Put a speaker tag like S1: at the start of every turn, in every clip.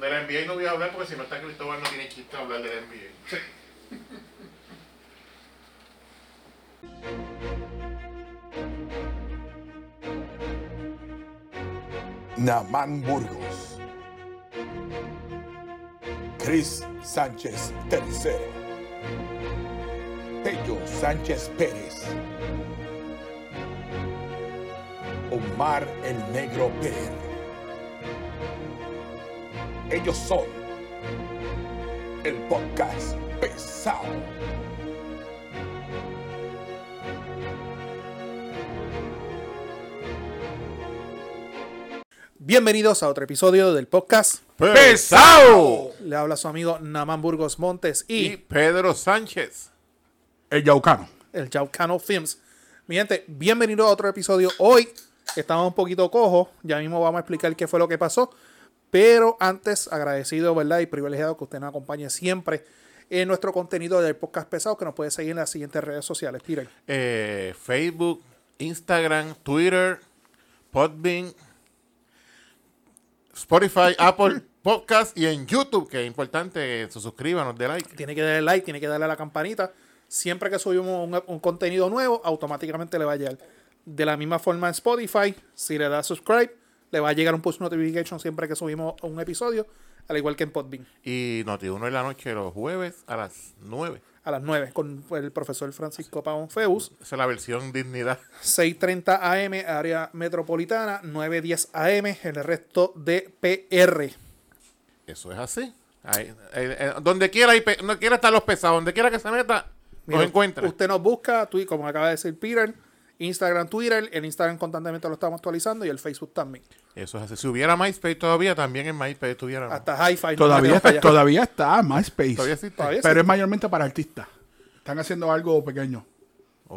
S1: Del NBA no voy a hablar porque si no está Cristóbal no tiene chiste hablar del NBA.
S2: Namán Burgos. Chris Sánchez III. Tello Sánchez Pérez. Omar el Negro Pérez. Ellos son el podcast pesado.
S3: Bienvenidos a otro episodio del podcast.
S2: Pues
S1: ¡Pesado!
S3: Le habla su amigo Namán Burgos Montes
S1: Y
S3: y
S1: Pedro Sánchez.
S2: El Yaucano.
S3: el Yaucano Films. Mi gente, bienvenido a otro episodio. Hoy estamos un poquito cojos. Ya mismo vamos a explicar qué fue lo que pasó. Pero antes, agradecido, ¿verdad? Y privilegiado que usted nos acompañe siempre en nuestro contenido del podcast pesado que nos puede seguir en las siguientes redes sociales. Peter.
S1: Eh, Facebook, Instagram, Twitter, Podbean, Spotify, Apple Podcast y en YouTube, que es importante, eh, se suscriban, nos dé like.
S3: Tiene que darle like, tiene que darle a la campanita. Siempre que subimos un, un contenido nuevo, automáticamente le va a llegar. De la misma forma en Spotify, si le da subscribe, le va a llegar un push notification siempre que subimos un episodio, al igual que en Podbean,
S1: Y Noti1 en la noche los jueves a las 9.
S3: a las 9, con el profesor Francisco Pavón Feus.
S1: Esa es la versión dignidad.
S3: 6.30 AM, área metropolitana, 9.10 AM, en el resto de PR.
S1: Eso es así. Ahí- ahí- eh, donde quiera, hay pe- no quiera estar los pesados, donde quiera que se meta,
S3: Mira,
S1: los encuentra.
S3: Usted nos busca, tú- como acaba de decir Peter, Instagram, Twitter, el Instagram constantemente lo estamos actualizando y el Facebook también.
S1: Eso es así. Si hubiera MySpace todavía, también en MySpace estuviera. ¿no?
S3: Hasta Hi-Fi.
S2: Todavía,
S3: está
S2: está, todavía está MySpace.
S1: Todavía existe.
S3: Todavía
S2: Pero
S3: sí.
S2: es mayormente para artistas. Están haciendo algo pequeño.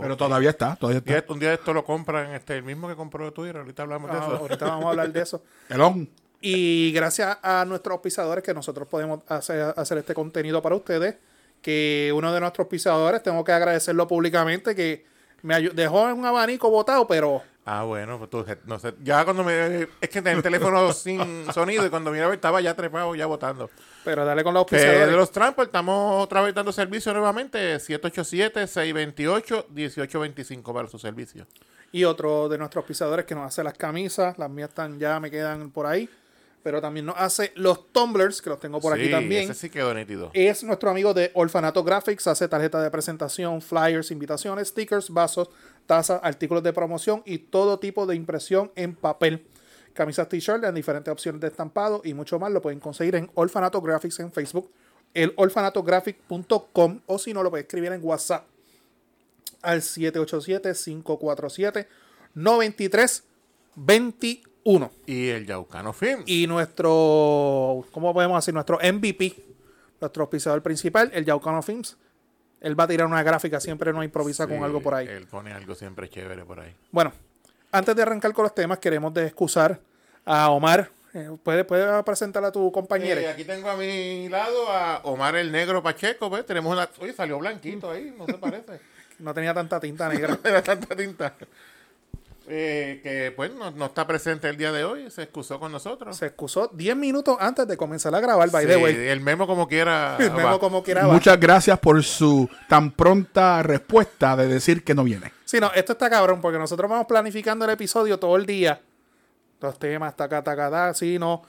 S2: Pero todavía está, todavía
S1: Un día,
S2: está.
S1: un día esto lo compran, este, el mismo que compró Twitter, ahorita hablamos de
S3: Ah,
S1: eso.
S3: ahorita vamos a hablar de eso.
S2: Elon.
S3: Y gracias a nuestros pisadores que nosotros podemos hacer, hacer este contenido para ustedes, que uno de nuestros pisadores, tengo que agradecerlo públicamente, que me ayu- dejó un abanico botado, pero
S1: Ah, bueno, pues tú, no sé, ya cuando me... Es que tenía el teléfono sin sonido y cuando mira estaba ya trepado, ya votando.
S3: pero dale con los
S1: Pero de
S3: pisadores.
S1: los Trampas estamos otra vez dando servicio nuevamente, 787-628-1825 para su servicio.
S3: Y otro de nuestros pisadores que nos hace las camisas, las mías están ya me quedan por ahí, pero también nos hace los tumblers, que los tengo por
S1: Sí,
S3: aquí también.
S1: Ese sí quedó nítido.
S3: Es nuestro amigo de Orfanato Graphics, hace tarjetas de presentación, flyers, invitaciones, stickers, vasos, tazas, artículos de promoción y todo tipo de impresión en papel. Camisas t-shirt en diferentes opciones de estampado y mucho más lo pueden conseguir en Orfanato Graphics en Facebook, el orfanatographic.com o si no lo pueden escribir en WhatsApp al 787-547-9321.
S1: Y el Yaucano Films.
S3: Y nuestro, ¿cómo podemos decir? Nuestro MVP, nuestro pisador principal, el Yaucano Films. Él va a tirar una gráfica, siempre nos improvisa con
S1: Sí,
S3: algo por ahí.
S1: Él pone algo siempre chévere por ahí.
S3: Bueno, antes de arrancar con los temas, queremos de excusar a Omar. Eh, ¿Puedes puede presentar a tu compañero?
S1: Eh, aquí tengo a mi lado a Omar el Negro Pacheco, pues tenemos una... Uy, salió blanquito ahí, no se parece.
S3: No tenía tanta tinta negra.
S1: Era tanta tinta. Eh, que pues no, no está presente el día de hoy, se excusó con nosotros.
S3: Se excusó 10 minutos antes de comenzar a grabar, by the
S1: Sí,
S3: way.
S1: el memo como quiera.
S3: El memo
S1: va.
S3: como quiera va.
S2: Muchas gracias por su tan pronta respuesta de decir que no viene.
S3: Sí, no, esto está cabrón porque nosotros vamos planificando el episodio todo el día. Los temas, taca, taca, ta, sí, no.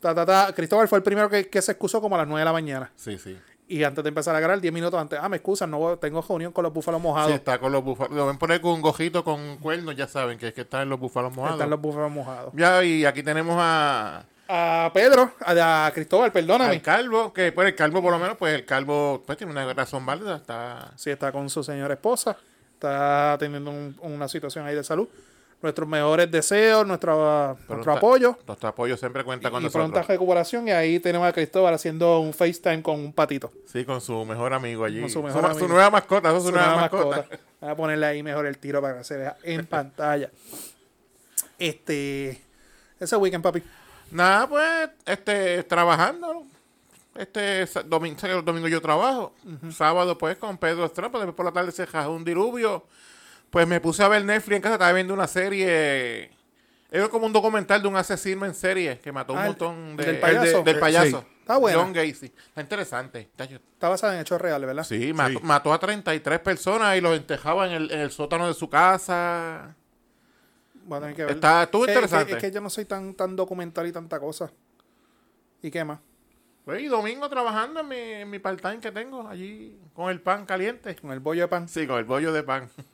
S3: Ta, ta, ta. Cristóbal fue el primero que, que se excusó como a las 9 de la mañana.
S1: Sí, sí.
S3: Y antes de empezar a grabar, 10 minutos antes, ah, me excusan, no voy- tengo reunión con los búfalos
S1: Sí,
S3: mojados.
S1: está con los búfalos. Lo ven poner con un gojito con cuernos, ya saben que es que están los búfalos mojados.
S3: Están los búfalos mojados.
S1: Ya, y aquí tenemos a,
S3: A Pedro, a, a Cristóbal,
S1: al
S3: perdóname.
S1: calvo, que pues el calvo por lo menos, pues el calvo pues tiene una razón válida, está
S3: Sí, está con su señora esposa. Está teniendo un- una situación ahí de salud. Nuestros mejores deseos, nuestro, nuestro
S1: Pronta-
S3: apoyo.
S1: Nuestro apoyo siempre cuenta con
S3: Y
S1: nosotros.
S3: pronta recuperación. Y ahí tenemos a Cristóbal haciendo un FaceTime con un patito.
S1: Sí, con su mejor amigo allí.
S3: Con su
S1: Su,
S3: mejor
S1: ma-
S3: amigo.
S1: su nueva mascota, eso es su,
S3: Su
S1: nueva,
S3: nueva
S1: mascota.
S3: mascota. Voy a ponerle ahí mejor el tiro para que se vea en pantalla. Este. Ese weekend, papi.
S1: Nada, pues, este, trabajando. Este domingo, el domingo yo trabajo. Sábado, pues, con Pedro Trampa. Después por la tarde se jajó un diluvio. Pues me puse a ver Netflix en casa. Estaba viendo una serie Era como un documental de un asesino en serie que mató un
S3: Ah, el-
S1: montón de,
S3: del payaso.
S1: de- del
S2: Eh,
S1: payaso.
S2: sí.
S3: Está buena.
S1: John Gacy. Está interesante. Está yo-
S3: Está basada en hechos reales, ¿verdad?
S1: Sí, mató, mató a 33 personas y los entejaba en el, en el sótano de su casa.
S3: Voy a tener que verla.
S1: Está- estuvo
S3: Es que-
S1: interesante.
S3: Es que, yo no soy tan, tan documental y tanta cosa. ¿Y qué más?
S1: Pues, Y domingo trabajando en mi, en mi part-time que tengo allí con el pan caliente.
S3: Con el bollo de pan.
S1: Sí, con el bollo de pan.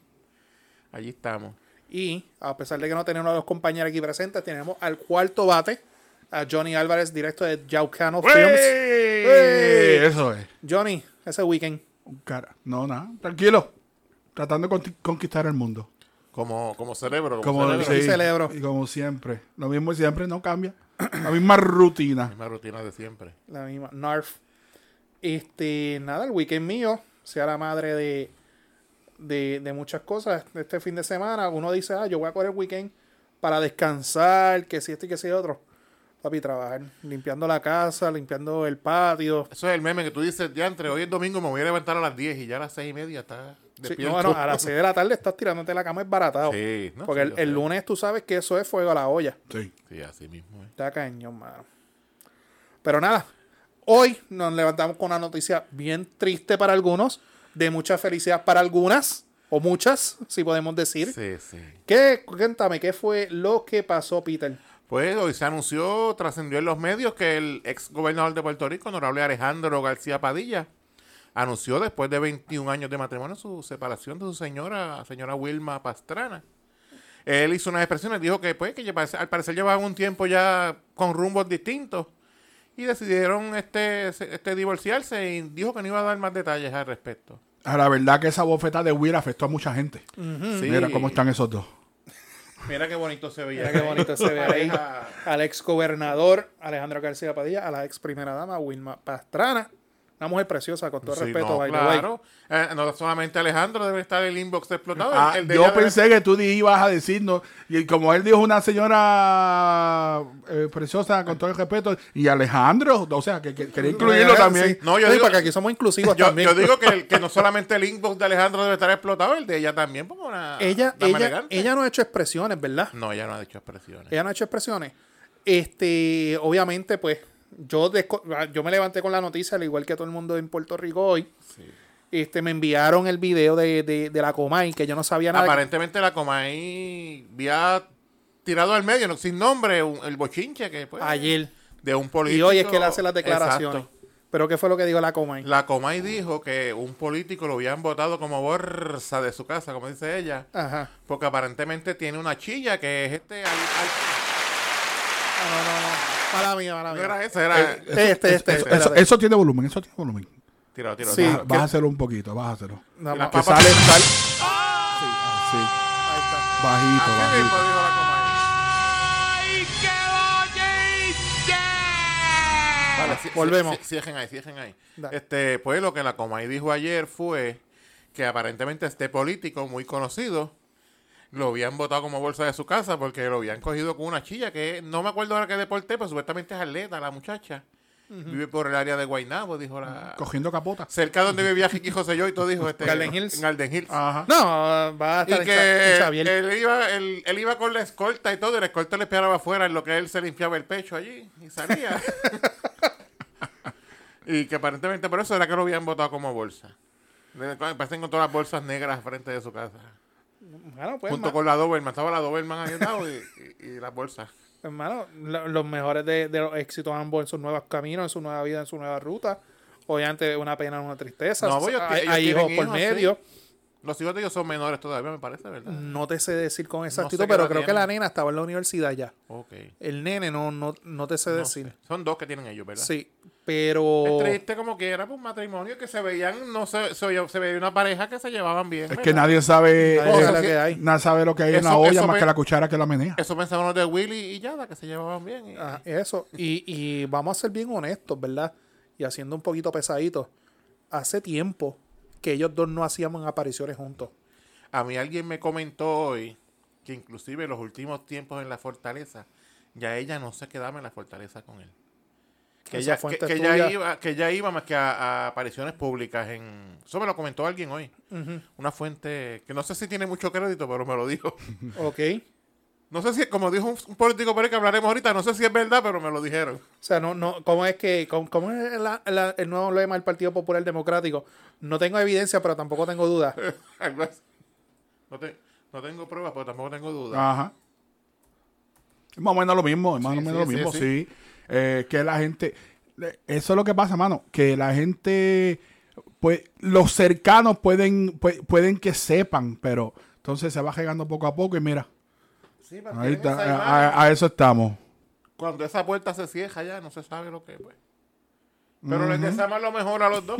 S1: Allí estamos.
S3: Y a pesar de que no tenemos a los compañeros aquí presentes, tenemos al cuarto bate, a Johnny Álvarez, directo de Yaucano Films.
S1: Eh, ¡Wey!
S2: Eh, Eso es.
S3: Johnny, ese weekend.
S2: Un Cara. No, nada. Tranquilo. Tratando de conti- conquistar el mundo.
S1: Como, como cerebro. Como,
S2: Como
S1: cerebro.
S3: sí. celebro.
S2: Y como siempre. Lo mismo de siempre, no cambia. La misma rutina.
S1: Misma rutina de siempre.
S3: La misma, Narf. Este, nada, el weekend mío, sea la madre de, de, de muchas cosas. Este fin de semana, uno dice, ah, yo voy a coger el weekend para descansar, que si esto y que si otro. Papi, trabajar, limpiando la casa, limpiando el patio.
S1: Eso es el meme que tú dices, diantre, hoy es domingo, me voy a levantar a las 10 y ya a las 6 y media está
S3: Sí,
S1: despierto.
S3: no, bueno, a las 6 de la tarde estás tirándote la cama esbaratado.
S1: Sí, no,
S3: porque
S1: sí,
S3: el,
S1: yo
S3: el
S1: sé.
S3: lunes tú sabes que eso es fuego a la olla.
S2: Sí.
S1: Sí, así mismo. es.
S3: Está cañón, mano. Pero nada, hoy nos levantamos con una noticia bien triste para algunos, de mucha felicidad para algunas, o muchas, si podemos decir.
S1: Sí, sí.
S3: ¿Qué, cuéntame, ¿qué fue lo que pasó, Peter?
S1: Pues hoy se anunció, trascendió en los medios que el ex gobernador de Puerto Rico, honorable Alejandro García Padilla, anunció después de 21 años de matrimonio su separación de su señora, señora Wilma Pastrana. Él hizo unas expresiones, dijo que pues que lleva- al parecer llevaban un tiempo ya con rumbos distintos y decidieron este, este divorciarse y dijo que no iba a dar más detalles al respecto.
S2: A la verdad que esa bofeta de Will afectó a mucha gente.
S1: Sí.
S2: Mira cómo están esos dos.
S1: Mira qué bonito se veía.
S3: Mira qué bonito se ve ahí.
S1: Pareja.
S3: Al ex gobernador Alejandro García Padilla, a la ex primera dama Wilma Pastrana. Una mujer preciosa, con todo
S1: Sí,
S3: respeto,
S1: no,
S3: by the way.
S1: claro. Eh, no solamente Alejandro debe estar el inbox explotado. el-
S2: Ah,
S1: el de
S2: yo
S1: ella debe-
S2: pensé que tú di- ibas a decirnos, y como él dijo una señora eh, preciosa, con todo el respeto, y Alejandro, o sea, que, que- quería incluirlo
S3: Sí.
S2: también.
S1: No, yo
S3: Sí,
S1: digo-
S3: porque aquí somos inclusivos
S1: yo,
S3: también.
S1: yo digo que, el- que no solamente el inbox de Alejandro debe estar explotado, el de ella también, como una
S3: ella,
S1: dama
S3: ella,
S1: elegante.
S3: ella no ha hecho expresiones, ¿verdad?
S1: No, ella no ha dicho expresiones.
S3: Ella no ha hecho expresiones. Este, obviamente, pues, yo, desco- yo me levanté con la noticia, al igual que todo el mundo en Puerto Rico hoy. Este, me enviaron el video de, de, de la Comay, que yo no sabía nada.
S1: Aparentemente la Comay había tirado al medio, no, sin nombre, un- el bochinche que pues,
S3: ayer.
S1: de un político.
S3: Y hoy es que él hace las declaraciones.
S1: Exacto.
S3: Pero, ¿qué fue lo que dijo la Comay?
S1: La Comay dijo que un político lo habían votado como bolsa de su casa, como dice ella,
S3: Ajá.
S1: porque aparentemente tiene una chilla que es este... al- al-
S3: Ah, no, no, no. Mala mía, mala
S1: no
S3: mía.
S1: era ese, era...
S3: Este, este,
S1: eso-
S2: Eso,
S3: espérate.
S2: eso tiene volumen, eso tiene volumen.
S1: Tíralo, tíralo.
S3: Sí.
S1: Ajá.
S2: Baja-
S3: que-
S2: Bájaselo un poquito, bájaselo.
S3: No,
S1: la
S3: no,
S2: Que
S1: Papá,
S2: sale,
S1: sí.
S2: sale- Sí, así,
S3: ahí está.
S2: bajito,
S1: Así mismo
S2: bajito.
S1: dijo la Comay. Vale, sí, sí,
S3: Volvemos.
S1: sí, sí, Cierren ahí, cierren ahí.
S3: Dale.
S1: Este, pues lo que la Comay dijo ayer fue que aparentemente este político muy conocido lo habían votado como bolsa de su casa porque lo habían cogido con una chilla que no me acuerdo ahora qué deporte, pero supuestamente es atleta la muchacha. Vive por el área de Guaynabo, dijo
S3: pues.
S1: la...
S2: Cogiendo capota.
S1: Cerca donde vivía Ricky José yo y todo dijo este...
S3: Garden Hills.
S1: en Garden Hills.
S2: Ajá.
S3: No, va a
S1: Y
S3: estar en Cha- en
S1: que eh,
S3: Xavier.
S1: él, iba, él, él iba con la escolta y todo, y la escolta le esperaba afuera en lo que él se limpiaba el pecho allí y salía. y que aparentemente por eso era que lo habían botado como bolsa. Le- Parecen con todas las bolsas negras frente de su casa.
S3: Bueno, pues,
S1: Junto
S3: ma-
S1: con la Doberman, estaba la Doberman ahí al lado y, y- y las bolsas.
S3: Hermano, lo- los mejores de, de los éxitos ambos en sus nuevos caminos, en su nueva vida, en su nueva ruta. Obviamente, una pena, una tristeza.
S1: No, pues, ellos ti-
S3: hay
S1: ellos
S3: hay
S1: tienen
S3: hijos por
S1: hijos, sí.
S3: medio.
S1: Los hijos de ellos son menores todavía, me parece, ¿verdad?
S3: No te sé decir con exactitud,
S1: qué
S3: pero
S1: edad
S3: creo que
S1: tienen.
S3: la nena estaba en la universidad ya.
S1: Ok.
S3: El nene no, no, no te sé
S1: No
S3: decir.
S1: sé. Son dos que tienen ellos, ¿verdad?
S3: Sí, pero.
S1: Es triste como que era un matrimonio que se veían, no se, se, oía- se veía una pareja que se llevaban bien.
S2: Es
S1: ¿verdad?
S2: que nadie sabe, eh,
S3: Nadie
S1: Oh,
S3: sabe
S1: eso
S3: lo
S1: sí-
S3: que hay.
S2: nadie sabe lo que hay en la
S1: Eso-
S2: olla
S1: eso
S2: más
S1: me-
S2: que la cuchara que la menea.
S1: Eso pensaban los de Willy y Yada, que se llevaban bien. y-
S3: Ajá, Ah, eso. Y, y vamos a ser bien honestos, ¿verdad? Y haciendo un poquito pesaditos. Hace tiempo que ellos dos no hacíamos apariciones juntos.
S1: A mí alguien me comentó hoy que inclusive en los últimos tiempos en la fortaleza, ya ella no se quedaba en la fortaleza con él. Que,
S3: Esa
S1: ella, que,
S3: fuente
S1: que
S3: es
S1: ella
S3: tuya.
S1: iba, que ella iba más que a, a apariciones públicas en... Eso me lo comentó alguien hoy. Una fuente que no sé si tiene mucho crédito, pero me lo dijo.
S3: Ok.
S1: No sé si, como dijo un, un político por ahí que hablaremos ahorita, no sé si es verdad, pero me lo dijeron.
S3: O sea, no, no, ¿cómo es que, cómo, cómo es la- la- el nuevo lema del Partido Popular Democrático? No tengo evidencia, pero tampoco tengo dudas.
S1: Algo así. No, te- no tengo pruebas, pero tampoco tengo dudas.
S2: Ajá. Es más o menos lo mismo, es más
S1: Sí,
S2: o menos
S1: sí,
S2: lo
S1: sí,
S2: mismo,
S1: sí.
S2: sí. Eh, que la gente. Eso es lo que pasa, mano. Que la gente. Pues los cercanos pueden, pue- pueden que sepan, pero entonces se va llegando poco a poco y mira,
S1: Sí, pero
S2: ahí
S1: tienen
S2: está, ah,
S1: esa
S2: a,
S1: imagen.
S2: a- a eso estamos.
S1: Cuando esa puerta se cierra ya, no se sabe lo que pues. Pero les deseamos lo mejor a los dos.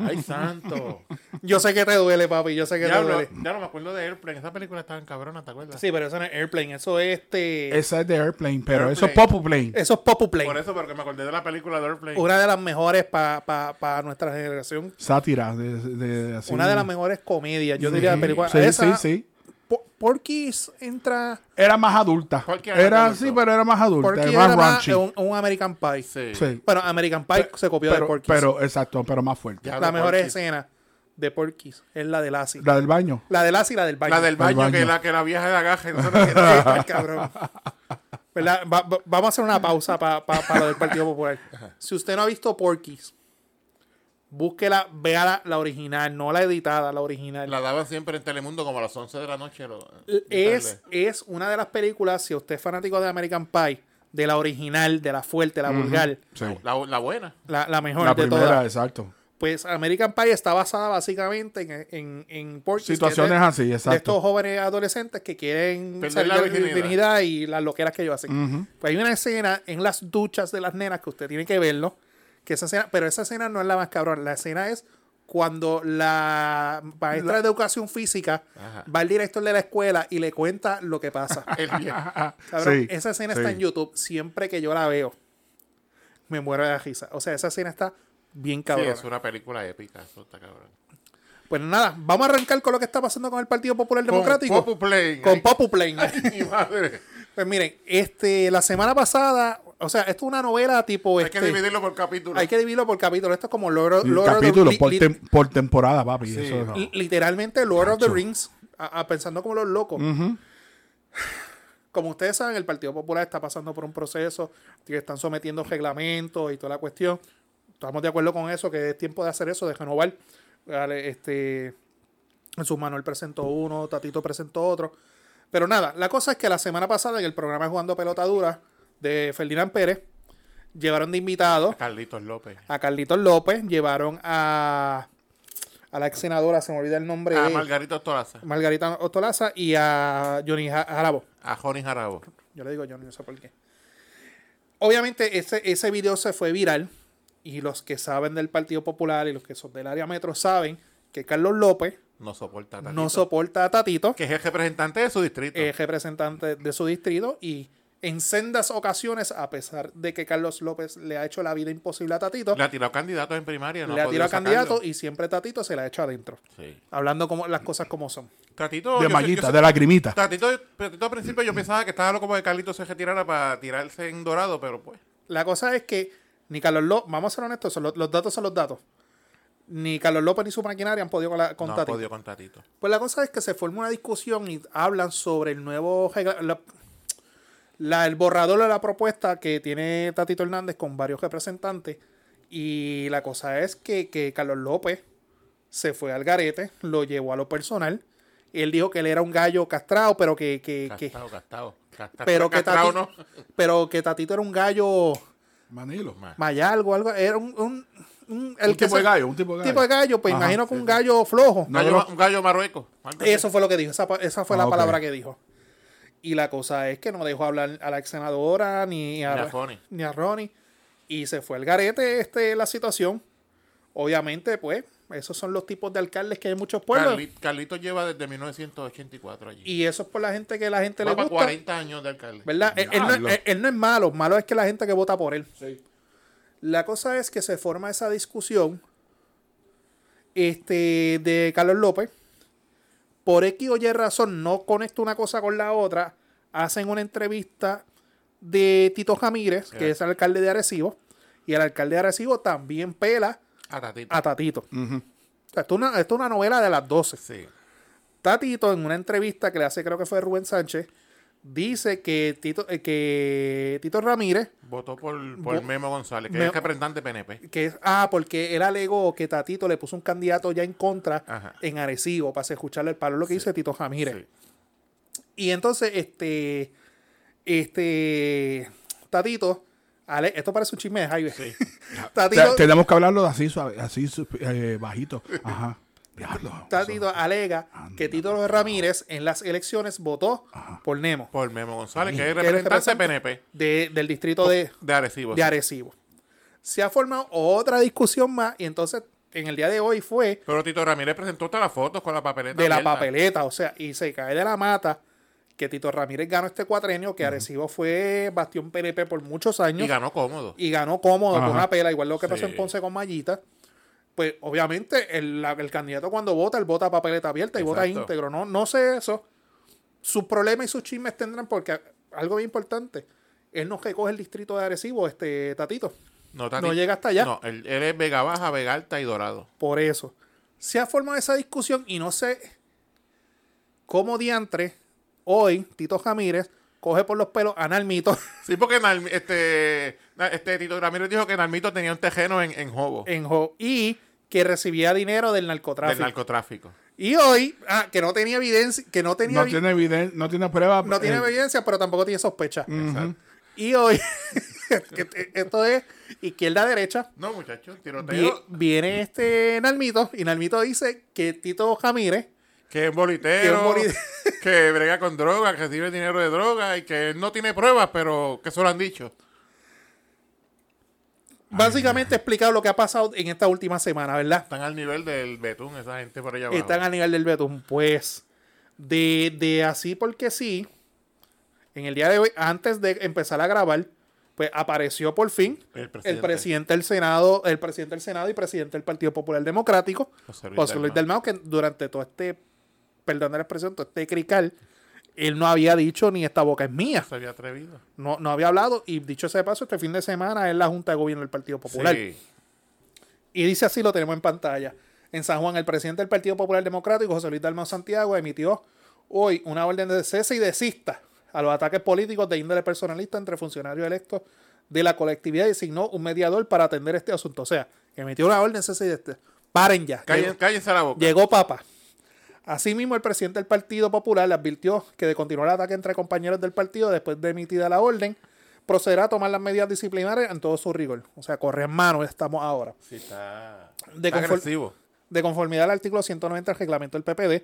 S1: Ay, santo.
S3: Yo sé que te duele, papi, yo sé que
S1: Ya,
S3: te
S1: no-
S3: duele.
S1: ya no me acuerdo de Airplane. Esa película estaba en cabrona, ¿te acuerdas?
S3: Sí, pero eso no es Airplane, eso es este...
S2: Esa es de Airplane, pero eso es
S1: Airplane.
S2: Popu Plane.
S3: Eso es Popuplane.
S1: Por eso, porque me acordé de la película de Airplane.
S3: Una de las mejores para nuestra generación.
S2: Sátira. De, de- de- así.
S3: Una de las mejores comedias, yo
S2: Sí,
S3: diría, película.
S2: Sí,
S3: Esa,
S2: sí, sí.
S3: Po- Porky's entra...
S2: Era más adulta.
S1: Porky era
S2: Era
S1: más
S2: así,
S1: adulta.
S2: pero era más adulta.
S3: Porky
S2: era
S3: era
S2: más
S3: más
S2: raunchy.
S3: un, un American Pie.
S1: Sí.
S2: Sí.
S3: Bueno, American Pie se copió de
S2: Pero,
S3: Porky's.
S2: pero, exacto, pero más fuerte.
S1: Ya,
S3: la
S1: de
S3: mejor
S1: Porky's.
S3: escena de Porky's es la de Lassie. La,
S2: La del baño.
S3: de Lassie y la del baño.
S1: La del baño,
S2: baño.
S1: Que, la, que la vieja de agaja. y no se la quiere
S3: Sí,
S1: dar.
S3: está el cabrón. ¿Verdad? Va- va- vamos a hacer una pausa para lo del Partido Popular. Si usted no ha visto Porky's, búsquela, vea la, la original, no la editada, la original.
S1: la daban siempre en Telemundo como a las 11 de la noche. lo-
S3: es, es una de las películas, si usted es fanático de American Pie, de la original, de la fuerte, la vulgar,
S1: La, la buena.
S3: la, la mejor
S2: La
S3: de
S2: primera,
S3: todas.
S2: exacto.
S3: Pues American Pie está basada básicamente en, en, en Porky's, que es de-
S2: Situaciones así,
S3: de
S2: exacto.
S3: estos jóvenes adolescentes que quieren
S1: Perder
S3: salir
S1: la
S3: de la virginidad.
S1: virginidad.
S3: y las loqueras que ellos hacen. Pues hay una escena en las duchas de las nenas que usted tiene que verlo, que esa escena, pero esa escena no es la más cabrón, la escena es cuando la maestra de educación física
S1: Ajá.
S3: va al director de la escuela y le cuenta lo que pasa.
S1: El viejo.
S3: Cabrón,
S2: Sí,
S3: esa escena
S2: sí.
S3: está en YouTube, siempre que yo la veo, me muero de la risa. O sea, esa escena está bien
S1: Sí,
S3: cabrón.
S1: es una película épica. Eso está cabrón.
S3: pues nada, vamos a arrancar con lo que está pasando con el Partido Popular Democrático.
S1: Con Popu Plane.
S3: con
S1: Ay,
S3: Popu Plain.
S1: mi madre.
S3: Pues miren, este, la semana pasada, o sea, esto es una novela tipo
S1: Hay
S3: este.
S1: que dividirlo por capítulo.
S3: hay que dividirlo por capítulo. Esto es como Lord, of-
S2: Y
S3: Lord of the-
S2: capítulo
S3: li-
S2: por,
S3: li-
S2: tem- por temporada, papi.
S1: Sí.
S2: Eso no.
S3: li- Eh, literalmente Lord of the Rings, a- a pensando como los locos. Como ustedes saben, el Partido Popular está pasando por un proceso que están sometiendo reglamentos y toda la cuestión. Estamos de acuerdo con eso, que es tiempo de hacer eso, de renovar. Vale, este, Jesús Manuel presentó uno, Tatito presentó otro. Pero nada, la cosa es que la semana pasada en el programa Jugando Pelota Dura de Ferdinand Pérez, llevaron de invitado
S1: Carlitos López.
S3: a Carlitos López, llevaron a, a la ex senadora, se me olvida el nombre,
S1: A
S3: de-
S1: Ah, Margarito Toraza.
S3: Margarita Ostolaza y a Johnny Ja- Jarabo.
S1: A Johnny Jarabo.
S3: Yo le digo Johnny, no sé por qué. Obviamente ese, ese video se fue viral y los que saben del Partido Popular y los que son del área metro saben que Carlos López
S1: No soporta tanto.
S3: no Eh, soporta a Tatito,
S1: Que es el representante de su distrito.
S3: es representante de su distrito y en sendas ocasiones, a pesar de que Carlos López le ha hecho la vida imposible a Tatito,
S1: Le ha tirado candidatos en primaria. No
S3: le ha
S1: podido
S3: tirado a candidato
S1: sacarlo.
S3: y siempre Tatito se la ha hecho adentro.
S1: Sí.
S3: Hablando como las cosas como son.
S1: Tatito.
S2: de
S1: yo sé-
S2: mallita,
S1: yo sé-
S2: de lagrimita.
S1: Tatito, Tatito al principio yo pensaba que estaba loco de Carlitos se retirara para tirarse en dorado, pero pues.
S3: La cosa es que ni Carlos López, vamos a ser honestos, son los, los datos son los datos. Ni Carlos López ni su maquinaria han podido con, la, con
S1: no ha
S3: Tatito.
S1: podido con Tatito.
S3: Pues la cosa es que se forma una discusión y hablan sobre el nuevo regla- la- la- el borrador de la propuesta que tiene Tatito Hernández con varios representantes. Y la cosa es que, que Carlos López se fue al garete, lo llevó a lo personal. Él dijo que él era un gallo castrado, pero que, que- que-
S1: Gastado, gastado. Gastado,
S3: pero, que
S1: gastado,
S3: Tati- pero que Tatito era un gallo
S2: Manilo.
S3: mayalgo, algo. Era un, un, un- el
S2: Un tipo
S3: se-
S2: de gallo, un tipo de gallo.
S3: tipo de gallo, pues
S2: Ajá,
S3: imagino que
S2: sí,
S3: un gallo flojo.
S1: Un gallo,
S2: No,
S1: ma- un gallo marrueco. Algo así.
S3: Eso fue lo que dijo, esa, pa- esa fue
S2: Ah,
S3: la
S2: ok.
S3: palabra que dijo. Y la cosa es que no dejó hablar a la ex senadora ni a,
S1: Ni a Ronnie.
S3: ni a Ronnie. Y se fue al garete este, la situación. Obviamente, pues, esos son los tipos de alcaldes que hay en muchos pueblos.
S1: Carli- Carlitos lleva desde 1984 allí.
S3: Y eso es por la gente que la gente
S1: Va
S3: le
S1: para
S3: gusta.
S1: 40 años de alcalde.
S3: ¿Verdad? Él, él no, es- él- él no es malo, malo es que la gente que vota por él. La cosa es que se forma esa discusión este, de Carlos López. Por X o Y razón no conecta una cosa con la otra. Hacen una entrevista de Tito Ramírez, que
S1: Ya.
S3: es el alcalde de Arecibo. Y el alcalde de Arecibo también pela
S1: A Tatito.
S3: a Tatito. O sea, esto, es una, esto es una novela de las 12.
S1: Sí.
S3: Tatito, en una entrevista que le hace, creo que fue Rubén Sánchez, dice que Tito, eh, que Tito Ramírez,
S1: Votó por, por
S3: Vo-
S1: Memo González, que
S3: Memo-
S1: es el representante PNP.
S3: que es, ah, porque él alegó que Tatito le puso un candidato ya en contra
S1: Ajá.
S3: en Arecibo para escucharle el palo, lo que dice Tito Ramírez.
S1: Sí.
S3: Y entonces, este, este, Tatito, ale- esto parece un chisme de Jaime. Tatito,
S2: Te- tenemos que hablarlo así, suave, así su- eh, bajito. Ajá. Diablo.
S3: Tatito alega que Tito Ramírez en las elecciones votó por Nemo
S1: Por Memo González, que es el
S3: Que es el
S1: representante
S3: representante
S1: PNP
S3: de- del distrito de,
S1: de Arecibo.
S3: de
S1: sí.
S3: Arecibo. Se ha formado otra discusión más y entonces en el día de hoy fue
S1: Pero Tito Ramírez presentó todas las fotos con la papeleta.
S3: de la
S1: abierta.
S3: papeleta, o sea, y se cae de la mata que Tito Ramírez ganó este cuatrenio, que Arecibo fue bastión PNP por muchos años.
S1: Y ganó cómodo.
S3: y ganó cómodo con
S2: Ajá.
S3: una pela, igual lo que pasó
S1: Sí.
S3: en Ponce con Mallita. Pues obviamente el, la- el candidato cuando vota, él vota papeleta abierta y vota
S1: Exacto.
S3: íntegro. No, no sé eso. Sus problemas y sus chismes tendrán porque algo bien importante. Él no recoge el distrito de Arecibo, este Tatito.
S1: No,
S3: no llega hasta allá.
S1: No, él, él es Vega Baja, Vega Alta y Dorado.
S3: Por eso. Se ha formado esa discusión y no sé cómo diantre hoy Tito Jamírez coge por los pelos a Nalmito
S1: Sí, porque Nalm- este, na- este Tito Ramírez dijo que Nalmito tenía un tejeno en, en Jobo,
S3: en Jo- y que recibía dinero del
S1: del
S3: narcotráfico.
S1: narcotráfico.
S3: Y hoy, ah, que no tenía evidencia, que no tenía,
S2: No
S3: evi-
S2: tiene, eviden- no tiene prueba.
S3: no tiene
S2: eh,
S3: evidencia, pero tampoco tiene sospecha.
S1: Exacto.
S3: Y hoy, que te- esto es izquierda derecha.
S1: No, muchachos,
S3: Vi-
S1: tiroteo.
S3: viene este Nalmito, y Nalmito dice que Tito Jamírez,
S1: Que es bolitero,
S3: Que
S1: que,
S3: es
S1: brega con droga, que recibe dinero de droga y que él no tiene pruebas, pero que eso lo han dicho.
S3: básicamente ha explicado lo que ha pasado en esta última semana, ¿verdad?
S1: Están al nivel del betún esa gente por allá abajo.
S3: Están a nivel del betún. Pues, de, de así porque sí, en el día de hoy, antes de empezar a grabar, pues apareció por fin
S1: El
S3: el
S1: presidente.
S3: presidente del Senado, el presidente del Senado y presidente del Partido Popular Democrático,
S1: José Luis
S3: José Luis
S1: Dalmau.
S3: Dalmau, que durante todo este, perdón de la expresión, todo este crical, él no había dicho ni esta boca es mía,
S1: Se había atrevido.
S3: no, no había hablado y dicho ese paso, este fin de semana es la Junta de Gobierno del Partido Popular.
S1: Sí.
S3: Y dice así, lo tenemos en pantalla. En San Juan, el presidente del Partido Popular Democrático, José Luis Dalmau Santiago, emitió hoy una orden de cese y desista a los ataques políticos de índole personalista entre funcionarios electos de la colectividad y designó un mediador para atender este asunto. O sea, emitió una orden de cese y desista. Paren ya.
S1: Cállen- cállense la boca.
S3: Llegó Papa. Asimismo, el presidente del Partido Popular le advirtió que de continuar el ataque entre compañeros del partido después de emitida la orden, procederá a tomar las medidas disciplinarias en todo su rigor. O sea, corre en mano, estamos ahora.
S1: Sí, está,
S3: De
S1: está
S3: conform-
S1: agresivo.
S3: De conformidad al artículo 190 del reglamento del PPD,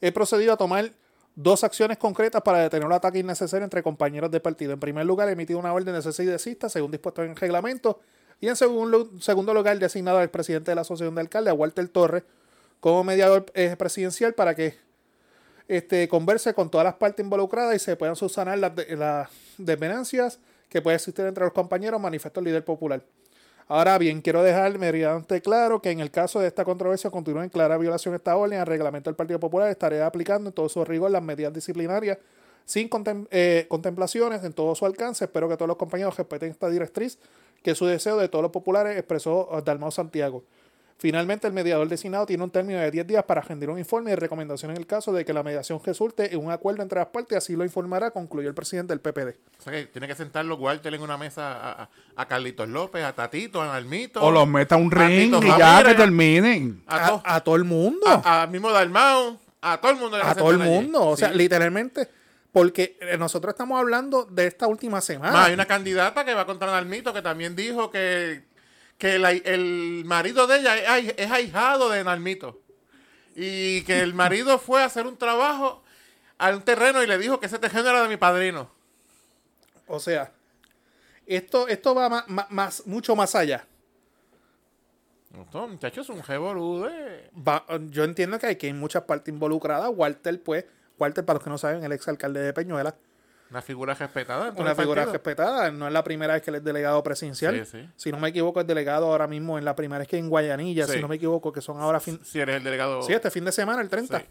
S3: he procedido a tomar dos acciones concretas para detener un ataque innecesario entre compañeros de partido. En primer lugar, he emitido una orden de cese y desista según dispuesto en el reglamento. Y en segun lu- segundo lugar, designado al presidente de la Asociación de Alcaldes, a Walter Torres, como mediador eh, presidencial para que este, converse con todas las partes involucradas y se puedan subsanar las, de- las demencias que puede existir entre los compañeros, manifestó el líder popular. Ahora bien, quiero dejar meridianamente claro que en el caso de esta controversia continúa en clara violación a esta orden al reglamento del Partido Popular, estaré aplicando en todo su rigor las medidas disciplinarias sin contem- eh, contemplaciones en todo su alcance. Espero que todos los compañeros respeten esta directriz, que es su deseo de todos los populares, expresó Dalmao Santiago. Finalmente, el mediador designado tiene un término de 10 días para rendir un informe y recomendación en el caso de que la mediación resulte en un acuerdo entre las partes, así lo informará, concluyó el presidente del PPD.
S1: O sea que tiene que sentar los Walter en una mesa a, a- a Carlitos López, a Tatito, a Nalmito.
S2: O los meta a un ring
S1: Tito
S2: y ya
S1: Ramírez,
S2: que terminen.
S1: A, to-
S3: a todo el mundo.
S1: a- a mismo Dalmau, a todo el mundo. le
S3: a
S1: hacen
S3: todo el
S1: daño allí.
S3: mundo. O sea,
S1: Sí.
S3: literalmente, porque eh, nosotros estamos hablando de esta última
S1: Más, hay
S3: semana.
S1: una candidata que va contra Nalmito que también dijo que, que la- el marido de ella es, ahij- es ahijado de Nalmito. Y que el marido fue a hacer un trabajo a un terreno y le dijo que ese terreno era de mi padrino.
S3: O sea, esto, esto va ma- ma- más, mucho más allá.
S1: Esto, muchacho, es un eh. revolú de...
S3: Va- yo entiendo que hay que hay muchas partes involucradas. Walter, pues, Walter, para los que no saben, el exalcalde de Peñuela,
S1: Una figura respetada. en todo
S3: una
S1: el
S3: figura
S1: partido.
S3: respetada. No es la primera vez que él es delegado presidencial.
S1: Sí, sí.
S3: Si no me equivoco, es delegado ahora mismo en la primera vez que en Guayanilla,
S1: Sí.
S3: si no me equivoco, que son ahora fin,
S1: Si eres el delegado...
S3: Sí, este fin de semana, el 30.
S1: Sí.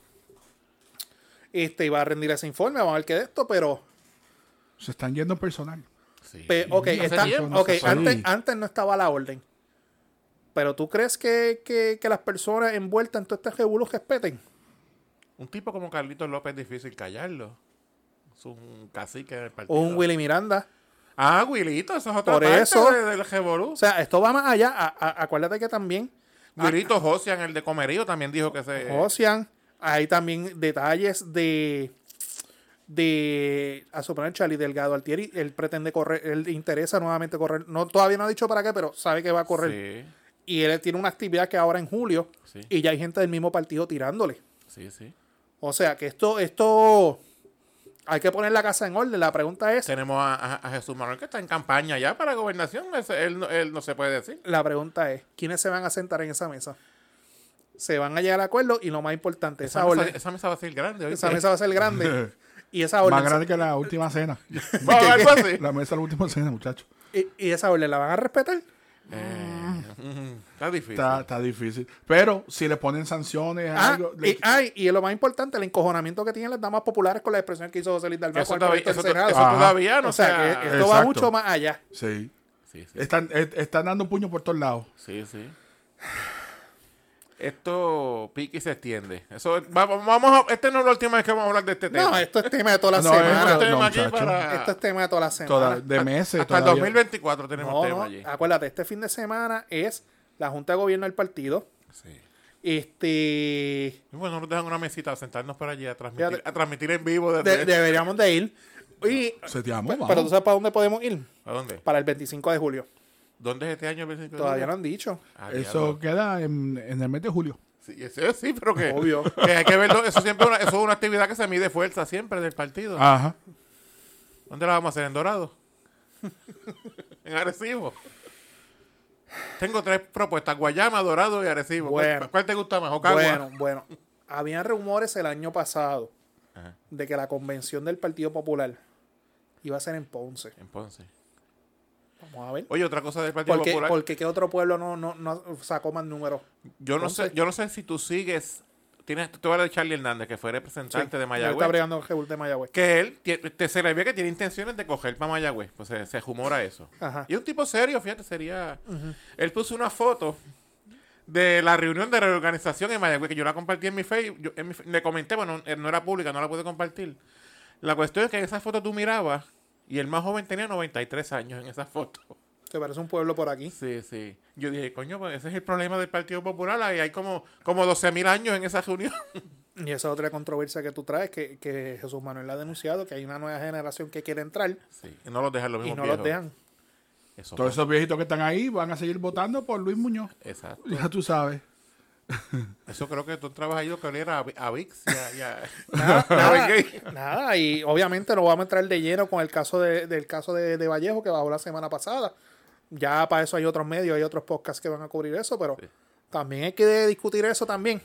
S3: Este, iba a rendir ese informe, vamos a ver qué de esto, pero.
S2: Se están yendo personal.
S1: Sí.
S3: pe- ok,
S1: Hace
S3: está-
S1: tiempo,
S3: ok,
S1: hace tiempo.
S3: antes,
S2: Sí.
S3: antes no estaba la orden. Pero tú crees que, que- que las personas envueltas en todo este revuelo respeten.
S1: Un tipo como Carlitos López es difícil callarlo. Es un cacique del partido.
S3: Un Willy Miranda.
S1: Ah, Wilito, eso es otra
S3: Por
S1: parte
S3: eso-
S1: de- del Revolú.
S3: O sea, esto va más allá. A- a- acuérdate que también
S1: Wilito Josian, el de Comerío, también dijo que se...
S3: Ocean, hay también detalles de de a su plan Charlie Delgado Altieri, él pretende correr, él interesa nuevamente correr, no todavía no ha dicho para qué, pero sabe que va a correr.
S1: Sí,
S3: Y él tiene una actividad que ahora en julio
S1: Sí.
S3: y ya hay gente del mismo partido tirándole.
S1: sí, sí.
S3: O sea, que esto esto hay que poner la casa en orden. La pregunta es,
S1: Tenemos a, a- a Jesús Manuel que está en campaña ya para gobernación. Ese- Él, no- él no se puede decir.
S3: la pregunta es, ¿quiénes se van a sentar en esa mesa? Se van a llegar a acuerdo y lo más importante, esa,
S1: Esa mesa,
S3: orden,
S1: esa mesa va a ser grande. ¿oíste?
S3: esa mesa va a ser grande y esa orden
S2: Más
S3: se-
S2: grande que la última cena.
S1: Vamos, algo
S3: pues,
S1: así.
S2: La mesa de la última cena, muchachos.
S3: ¿Y, y esa orden la van a respetar?
S1: Mm, Está difícil.
S2: Está, está difícil. Pero si le ponen sanciones,
S3: Ah,
S2: algo, le-
S3: y, ay, y lo más importante, el encojonamiento que tienen las damas populares con la expresión que hizo José Luis Dalmau
S1: Eso
S3: con el
S1: todavía,
S3: proyecto
S1: eso
S3: del
S1: to-
S3: Senado.
S1: eso
S2: Ajá.
S1: todavía no
S3: o sea,
S1: se ha-
S3: que esto va
S2: Exacto.
S3: mucho más allá.
S2: Sí.
S1: Sí, sí.
S2: Están, est- están dando puño por todos lados.
S1: Sí, sí. Esto pique y se extiende. Eso es- va- vamos a, este no es la última vez que vamos a hablar de este tema.
S3: No, esto es tema de toda la
S2: No,
S1: Tenemos
S3: semana.
S2: esto-
S1: tema
S2: no,
S1: aquí
S2: muchacho.
S1: para-
S3: Esto es tema de toda la semana.
S2: Toda- de meses.
S1: hasta el
S2: todavía.
S1: 2024 tenemos
S3: No,
S1: tema
S3: no,
S1: allí.
S3: acuérdate, este fin de semana es la Junta de Gobierno del Partido.
S1: Sí.
S3: Este
S1: Y bueno, nos dejan una mesita a sentarnos para allí a transmitir,
S3: Fíjate.
S1: a transmitir en vivo
S3: de-
S1: desde
S3: deberíamos de ir. Y,
S2: Seteamos,
S3: pero,
S2: vamos.
S3: tú sabes para dónde podemos ir.
S1: ¿A dónde?
S3: Para el 25 de julio.
S1: ¿Dónde es este año? el 25 de
S3: Todavía no
S1: julio?
S3: han dicho.
S1: Ah,
S2: Eso
S1: diablo.
S2: queda en, en el mes de julio.
S1: Sí, eso sí, pero que,
S3: Obvio.
S1: que hay que verlo. Eso siempre una- eso es una actividad que se mide fuerza siempre del partido.
S2: Ajá.
S1: ¿Dónde la vamos a hacer? ¿En Dorado? ¿En Arecibo? Tengo tres propuestas, Guayama, Dorado y Arecibo. ¿Cuál-
S3: Bueno.
S1: ¿Cuál, te gusta más? Ocagua.
S3: Bueno, bueno. Habían rumores el año pasado
S1: Ajá.
S3: de que la convención del Partido Popular iba a ser en Ponce.
S1: En Ponce.
S3: Vamos a ver.
S1: Oye, otra cosa del Partido
S3: Porque,
S1: Popular.
S3: porque qué otro pueblo no, no, no sacó más números.
S1: yo, no sé,
S3: Ponce.
S1: yo no sé si tú sigues... Tienes, tú vas a Charlie Hernández, que fue representante
S3: Sí,
S1: de
S3: Está
S1: Mayagüez.
S3: bregando el Jebul de Mayagüez.
S1: Que él tie- te, se le ve que tiene intenciones de coger para Mayagüez. Pues se, se rumora eso.
S3: Ajá.
S1: Y un tipo serio, fíjate, sería... Él puso una foto de la reunión de reorganización en Mayagüez, que yo la compartí en mi Facebook, yo- en mi fe- le comenté, bueno, eh, no, no era pública, no la pude compartir. La cuestión es que en esa foto tú mirabas y el más joven tenía 93 años en esa foto.
S3: Se parece un pueblo por aquí.
S1: Sí, sí. Yo dije, coño, pues ese es el problema del Partido Popular, ahí hay como, como 12 mil años en esa reunión.
S3: Y esa otra controversia que tú traes, que, que Jesús Manuel ha denunciado, que hay una nueva generación que quiere entrar
S1: Sí, y no los dejan los
S3: y
S1: mismos
S3: no
S1: viejos.
S3: los dejan.
S1: Eso
S2: Todos
S1: pasa.
S2: esos viejitos que están ahí van a seguir votando por Luis Muñoz.
S1: Exacto.
S2: Ya tú sabes.
S1: Eso creo que tú trabajas ahí lo que oliera a, a Vix. y a- y a-
S3: Nada,
S1: ¿Sabes
S3: nada,
S1: qué?
S3: nada, y obviamente no vamos a entrar de lleno con el caso de, del caso de, de Vallejo que bajó la semana pasada. Ya para eso hay otros medios, hay otros podcasts que van a cubrir eso, pero
S1: Sí.
S3: también hay que discutir eso también.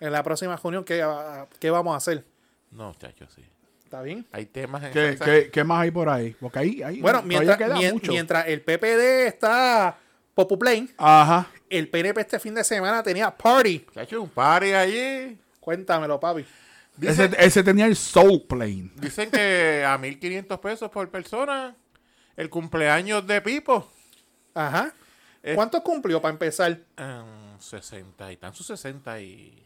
S3: En la próxima reunión, ¿qué, va- qué vamos a hacer?
S1: No, chacho, sí.
S3: ¿Está bien?
S1: Hay temas en
S2: ¿Qué,
S1: esa-
S2: qué, qué más hay por ahí? Porque ahí, ahí
S3: Bueno,
S2: todavía
S3: mientras,
S2: queda
S3: mien-
S2: mucho.
S3: mientras el PPD está Popuplain,
S2: Ajá.
S3: el PNP este fin de semana tenía party.
S1: Chacho, un party allí.
S3: Cuéntamelo, papi.
S2: Ese, ese tenía el Soul Plane.
S1: Dicen que a 1.500 pesos por persona, el cumpleaños de Pipo,
S3: Ajá.
S1: Eh.
S3: ¿Cuánto cumplió para empezar?
S1: em, 60 y tan sus 60 y...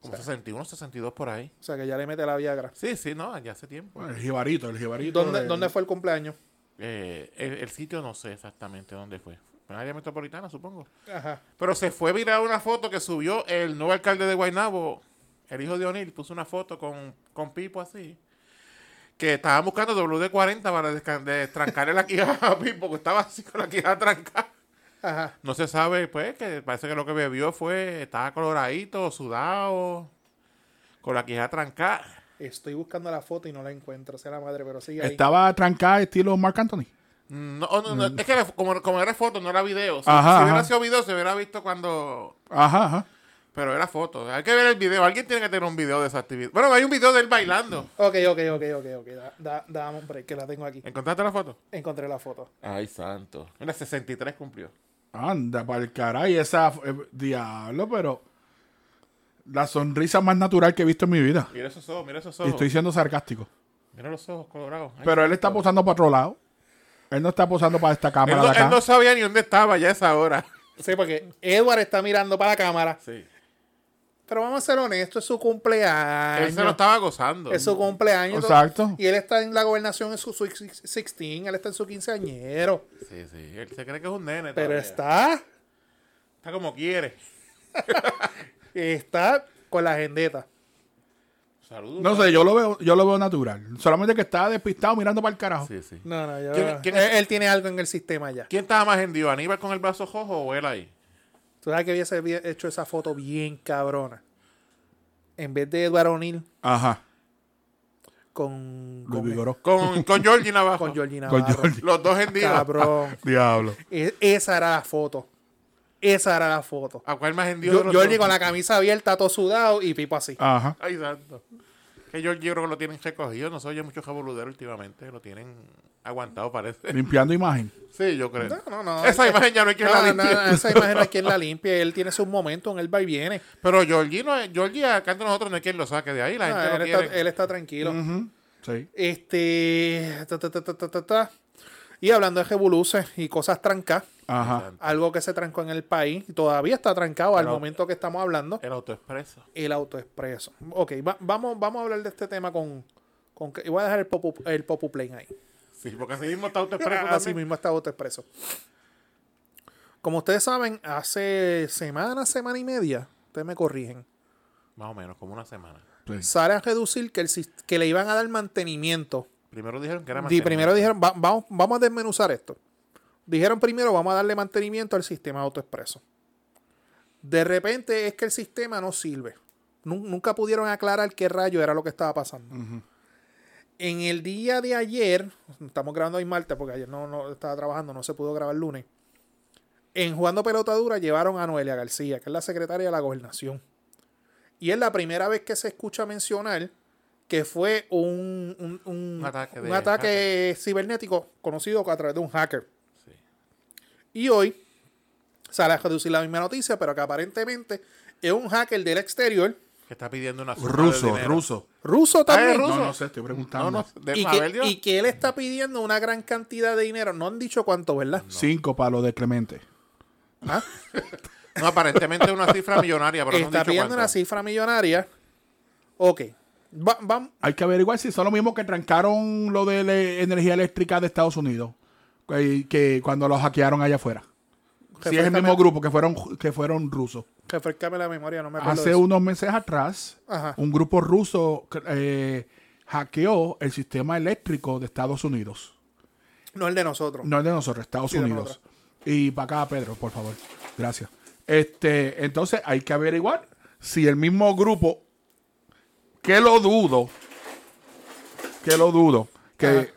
S1: Como 61, 62 por ahí.
S3: O sea, que ya le mete la Viagra.
S1: Sí, sí, no, ya hace tiempo.
S2: Bueno, el jibarito, el jibarito.
S3: ¿Dónde,
S2: de-
S3: ¿Dónde fue el cumpleaños?
S1: Eh, el, el sitio no sé exactamente dónde fue. En área metropolitana, supongo.
S3: Ajá.
S1: Pero se fue viral una foto que subió el nuevo alcalde de Guaynabo, el hijo de O'Neill, puso una foto con, con Pipo así. Que estaba buscando WD-40 para desca- de trancarle la quijada a Pipo, que estaba así con la quijada trancada.
S3: Ajá.
S1: No se sabe, pues, que parece que lo que bebió fue, estaba coloradito, sudado, con la quijada trancada.
S3: Estoy buscando la foto y no la encuentro. Sea la madre, pero sigue ahí.
S2: Estaba trancada estilo Mark Anthony.
S1: No, oh, no, no, es que era- como, como era foto, no era video. Si,
S2: Mm. Ajá,
S1: si hubiera
S2: ajá.
S1: sido video, se hubiera visto cuando...
S2: Ajá, ajá.
S1: Pero era foto. Hay que ver el video. Alguien tiene que tener un video de esa actividad. Bueno, hay un video de él bailando.
S3: Ok, ok, ok, ok, ok. Da, da- dame un break, que la tengo aquí.
S1: ¿Encontraste la foto?
S3: Encontré la foto.
S1: Ay, santo. En la 63 cumplió.
S2: Anda, para el caray, esa. eh, diablo, pero. La sonrisa más natural que he visto en mi vida.
S1: Mira esos ojos, mira esos
S2: Y
S1: ojos.
S2: estoy siendo sarcástico.
S1: Mira los ojos colorados. Oh. Ay,
S2: Pero él está
S1: santo.
S2: posando para otro lado. Él no está posando para esta
S1: Él
S2: cámara
S1: no,
S2: de acá.
S1: él no sabía ni dónde estaba ya a esa hora.
S3: Sí, porque Edward está mirando para la cámara.
S1: Sí.
S3: Pero vamos a ser honestos, es su cumpleaños.
S1: Él se lo estaba gozando.
S3: Es su cumpleaños.
S2: Exacto.
S3: Y él está en la gobernación en su, su 16, él está en su quinceañero.
S1: Sí, sí. Él se cree que es un nene.
S3: Pero
S1: todavía.
S3: está,
S1: Está como quiere.
S3: está con la agendeta.
S1: Saludos.
S2: No sé, yo lo veo, yo lo veo natural. Solamente que está despistado mirando para el carajo.
S1: Sí, sí.
S3: No, no, yo-
S1: ¿Quién- quién
S3: él,
S1: es-
S3: él tiene algo en el sistema ya.
S1: ¿Quién estaba más hendido? ¿Aníbal con el brazo rojo o él ahí?
S3: Tú sabes que hubiese vi- hecho esa foto bien cabrona. En vez de Eduardo O'Neill
S2: Ajá.
S3: con,
S2: Luis
S3: con,
S2: Vigoró.
S1: Con, con Georgie Navajo.
S3: con Georgina
S2: Con
S3: Navarro.
S2: Georgie.
S1: Los dos hendidos.
S3: Cabrón.
S2: Diablo.
S3: E- esa era la foto. Esa era la foto.
S1: ¿A cuál más hendido? Ah, de
S3: Yo,
S1: los
S3: Georgie
S1: dos? Ah.
S3: con la camisa abierta, todo sudado y pipo así.
S2: Ajá.
S1: Ay, santo. Que Georgie creo que lo tienen recogido. No se oye mucho jabuludero últimamente. Lo tienen aguantado, parece.
S2: Limpiando imagen.
S1: Sí, yo creo.
S3: No, no, no.
S1: Esa
S3: Eh,
S1: imagen ya no hay quien la
S3: no, no,
S1: limpie.
S3: no, esa imagen no hay quien la limpie. Él tiene sus momentos en el va y viene.
S1: Pero Georgie, no, es- Georgie acá entre nosotros no hay quien lo saque de ahí. La
S3: Ah,
S1: gente
S3: él,
S1: lo
S3: está,
S1: quiere.
S3: él está tranquilo.
S2: Ujú. Sí.
S3: Este. ta, ta, ta, ta, ta, ta, ta. Y hablando de revoluces y cosas trancadas,
S2: Ajá.
S3: algo que se trancó en el país y todavía está trancado al
S1: Pero- eh,
S3: momento que estamos hablando,
S1: El autoexpreso.
S3: el autoexpreso. Ok, va- vamos, vamos a hablar de este tema con. con que- y voy a dejar el popu, el popu plane ahí.
S1: Sí, porque así mismo está autoexpreso.
S3: Así
S1: también.
S3: mismo está autoexpreso. Como ustedes saben, hace semana, semana y media, ustedes me corrigen,
S1: Más o menos, como una semana.
S2: Sí.
S3: sale a reducir que, el, sis- que le iban a dar mantenimiento
S1: Primero dijeron que era más.
S3: Di- primero dijeron, "Va- vamos, vamos a desmenuzar esto. Dijeron primero, vamos a darle mantenimiento al sistema de autoexpreso. De repente es que el sistema no sirve. Nu- nunca pudieron aclarar qué rayo era lo que estaba pasando. En el día de ayer, estamos grabando hoy martes porque ayer no, no estaba trabajando, no se pudo grabar lunes. En Jugando Pelota Dura llevaron a Noelia García, que es la secretaria de la gobernación. Y es la primera vez que se escucha mencionar que fue un, un- un-
S1: Un ataque de
S3: un ataque cibernético conocido a través de un hacker.
S1: Sí.
S3: Y hoy sale a reducir la misma noticia, pero que aparentemente es un hacker del exterior,
S1: Que está pidiendo una suma de
S2: Ruso,
S1: dinero.
S2: ruso.
S3: ruso también.
S1: Ah, ruso.
S2: No, no sé, estoy preguntando.
S1: No, no, de
S3: y,
S1: Mabel
S3: que,
S1: Dios.
S3: y que él está pidiendo una gran cantidad de dinero. No han dicho cuánto, ¿verdad?
S2: Cinco palos de Clemente.
S3: ¿Ah?
S1: No, aparentemente es una cifra millonaria, pero no han
S3: Está
S1: dicho
S3: pidiendo
S1: cuánto.
S3: una cifra millonaria. Ok. Va- va-
S2: Hay que averiguar si son lo mismo que trancaron lo de la energía eléctrica de Estados Unidos. Que, que cuando los hackearon allá afuera. Si es el mismo
S3: refrescame-
S2: grupo que fueron, que fueron rusos.
S3: refrescame la memoria, no me acuerdo. de
S2: Hace
S3: eso.
S2: unos meses atrás,
S3: Ajá.
S2: un grupo ruso eh, hackeó el sistema eléctrico de Estados Unidos.
S3: No el de nosotros.
S2: No es de nosotros, Estados
S3: Sí, dame
S2: Unidos. Y para acá, Pedro, por favor. Gracias. Este, entonces hay que averiguar si el mismo grupo, que lo dudo, que lo dudo,
S3: Ajá.
S2: que,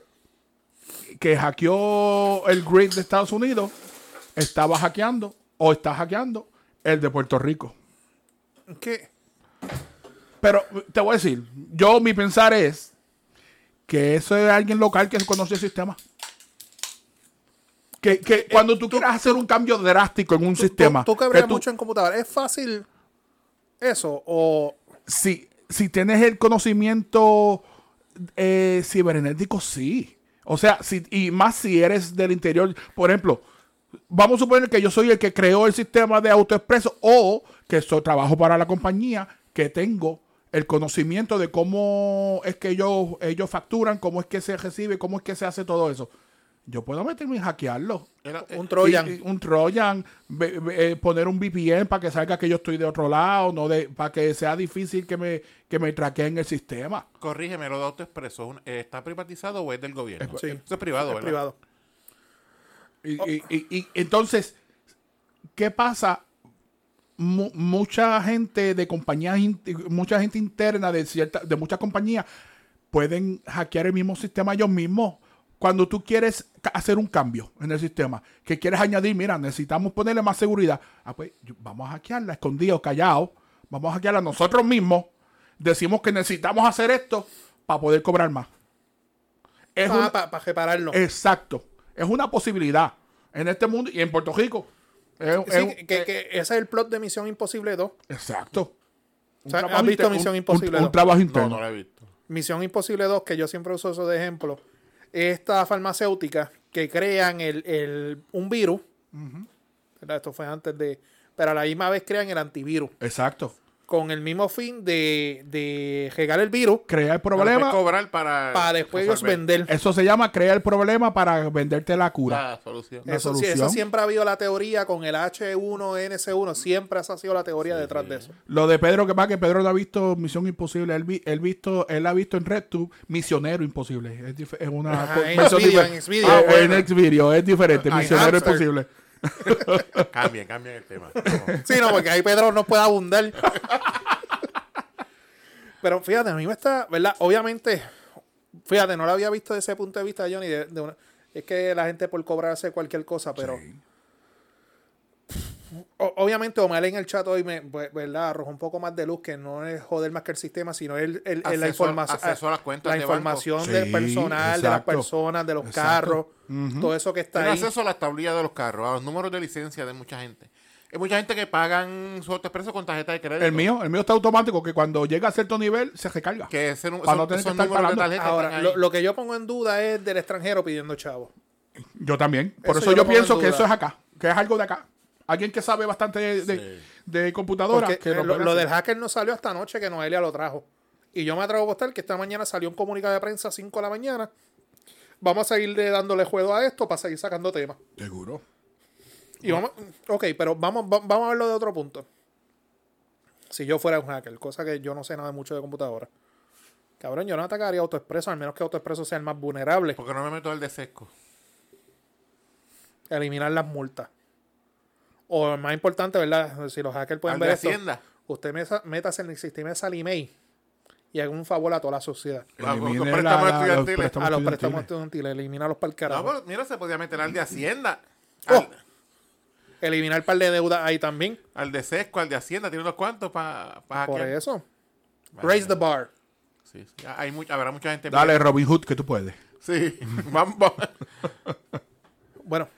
S2: que hackeó el grid de Estados Unidos, estaba hackeando o está hackeando el de Puerto Rico.
S3: ¿Qué?
S2: Pero te voy a decir, yo mi pensar es que eso es alguien local que conoce el sistema. Que, que cuando tú, quieras hacer un cambio drástico en un sistema,
S3: Tú, tú
S2: que
S3: cabreas
S2: tú-
S3: mucho en computadora. ¿Es fácil eso? O.
S2: si, si tienes el conocimiento eh, cibernético, sí. O sea, si, y más si eres del interior. Por ejemplo, vamos a suponer que yo soy el que creó el sistema de autoexpreso o que so- trabajo para la compañía, que tengo el conocimiento de cómo es que ellos, ellos facturan, cómo es que se recibe, cómo es que se hace todo eso. Yo puedo meterme y hackearlo.
S1: Era- eh,
S3: Un Troyan.
S2: Y- y un Trojan, ve- ve- eh, poner un VPN para que salga que yo estoy de otro lado, no de, para que sea difícil que me, que me traqueen el sistema.
S1: corrígeme, lo de AutoExpreso, ¿un- eh, ¿está privatizado o es del gobierno?
S3: Sí.
S1: Eso es privado, ¿verdad?
S3: privado.
S2: Y, y- y- y entonces, ¿qué pasa? Mu- mucha gente de compañías, in- mucha gente interna de cierta, de muchas compañías pueden hackear el mismo sistema ellos mismos. Cuando tú quieres ca- hacer un cambio en el sistema, que quieres añadir, mira, necesitamos ponerle más seguridad, ah, pues yo- vamos a hackearla escondido, callado, vamos a hackearla nosotros mismos, decimos que necesitamos hacer esto para poder cobrar más. Es
S3: Para
S2: una-
S3: Ah, repararlo.
S2: Exacto. Es una posibilidad en este mundo y en Puerto Rico. Es-
S3: Sí, eh,
S2: es-
S3: que- que, que ese es el plot de Misión Imposible 2.
S2: exacto. Un
S3: sea, ¿has
S2: trabajo
S3: visto
S2: inter-
S3: Misión
S2: un- un-
S3: Imposible,
S2: Un,
S3: no?
S2: trabajo
S1: No,
S2: interno.
S1: no lo he visto.
S3: Misión Imposible 2, que yo siempre uso eso de ejemplo, esta farmacéutica que crean el, el- un virus, ¿verdad? esto fue antes de, pero a la misma vez crean el antivirus.
S2: Exacto.
S3: con el mismo fin de, de regar el virus
S2: Crear
S1: problema
S2: problema.
S1: cobrar para,
S3: para después ellos
S1: resolver
S3: vender.
S2: Eso se llama crear problema para venderte la
S3: Ah.
S2: cura.
S1: la solución.
S2: una
S3: Eso, sí, eso
S2: solución.
S3: siempre ha habido la teoría con el H1NS1, siempre esa ha sido la teoría detrás de eso.
S2: Lo de Pedro que va, que Pedro no ha visto Misión Imposible. Él, vi- él visto, él ha visto en RedTube Misionero Imposible. Es, dif- es una.
S3: Ajá,
S2: co-
S3: en
S2: cosa
S3: Xvideo,
S2: difer-
S3: en Xvideo.
S2: Ah,
S3: Ah, bueno.
S2: en Xvideo, es diferente.
S3: Ah, en
S2: Misionero
S3: Hamster.
S2: Imposible.
S1: Cambien, cambien el tema. No.
S3: Sí, no, porque ahí Pedro no puede abundar. Pero fíjate, a mí me está, ¿verdad? Obviamente, fíjate, no lo había visto desde ese punto de vista, Johnny. de- de una- es que la gente por cobrarse cualquier cosa, pero. O- obviamente, Omar en el chat hoy me, ve- ¿verdad? Arrojó un poco más de luz, que no es joder más que el sistema, sino el, el- el- la
S1: Acceso-
S3: información. eh,
S1: acceso a las cuentas
S3: La
S1: de banco.
S3: información
S2: Sí,
S3: del personal, de las
S2: exacto.
S3: personas, de los
S2: Exacto.
S3: carros, todo eso que está
S1: Tiene
S3: ahí.
S1: acceso a las tablillas de los carros, a los números de licencia de mucha gente. Hay mucha gente que pagan su autoexpreso con tarjeta de crédito.
S2: El mío, el mío está automático, que cuando llega a cierto nivel se recarga.
S1: Que ese, nu-
S2: Para
S1: son-
S2: no tener que
S1: esos
S2: estar
S1: números de
S2: pagando.
S1: tarjeta
S3: Ahora,
S1: están
S3: lo,
S1: ahí.
S3: lo que yo pongo en duda es del extranjero pidiendo chavo.
S2: Yo también. Por
S3: Eso
S2: eso,
S3: yo
S2: yo,
S3: lo pongo en
S2: pienso que
S3: duda.
S2: eso es acá, que es algo de acá. Alguien que sabe bastante de, de- de computadora.
S3: Porque
S2: que
S3: eh,
S2: nos
S3: lo,
S2: puede
S3: lo
S2: hacer.
S3: del hacker no salió hasta anoche que Noelia lo trajo. Y yo me atrevo a apostar que esta mañana salió un comunicado de prensa a 5 de la mañana. Vamos a seguirle dándole juego a esto para seguir sacando temas.
S2: Seguro.
S3: Y vamos, ok, pero vamos, va- vamos a verlo de otro punto. Si yo fuera un hacker, cosa que yo no sé nada mucho de computadora. Cabrón, yo no atacaría AutoExpreso, al menos que AutoExpreso sea el más vulnerable.
S1: Porque no me meto el de sesco.
S3: Eliminar las multas. O más importante, ¿verdad? Si los hackers
S2: Pues
S3: pueden
S1: Al
S3: ver
S1: de
S3: esto.
S1: Hacienda.
S3: usted meta, métase en el sistema de Salimey y haga un favor a toda la sociedad.
S2: Elimine
S1: Los
S2: la-
S1: préstamos
S2: la- los
S1: estudiantiles.
S2: préstamos
S3: a los
S2: estudiantiles.
S3: préstamos estudiantiles, eliminarlos para el
S1: No,
S3: carajo.
S1: pero mira, se podía meter al de Hacienda.
S3: Oh.
S1: Al,
S3: Eliminar un par de deudas ahí también.
S1: al de sesco, al de Hacienda. Tiene unos cuantos para
S3: Por eso. Raise the bar.
S1: Sí, sí. Ah, Hay mucha, habrá mucha gente.
S2: Dale, Robin Hood, que tú puedes.
S1: Sí, vamos.
S3: Bueno,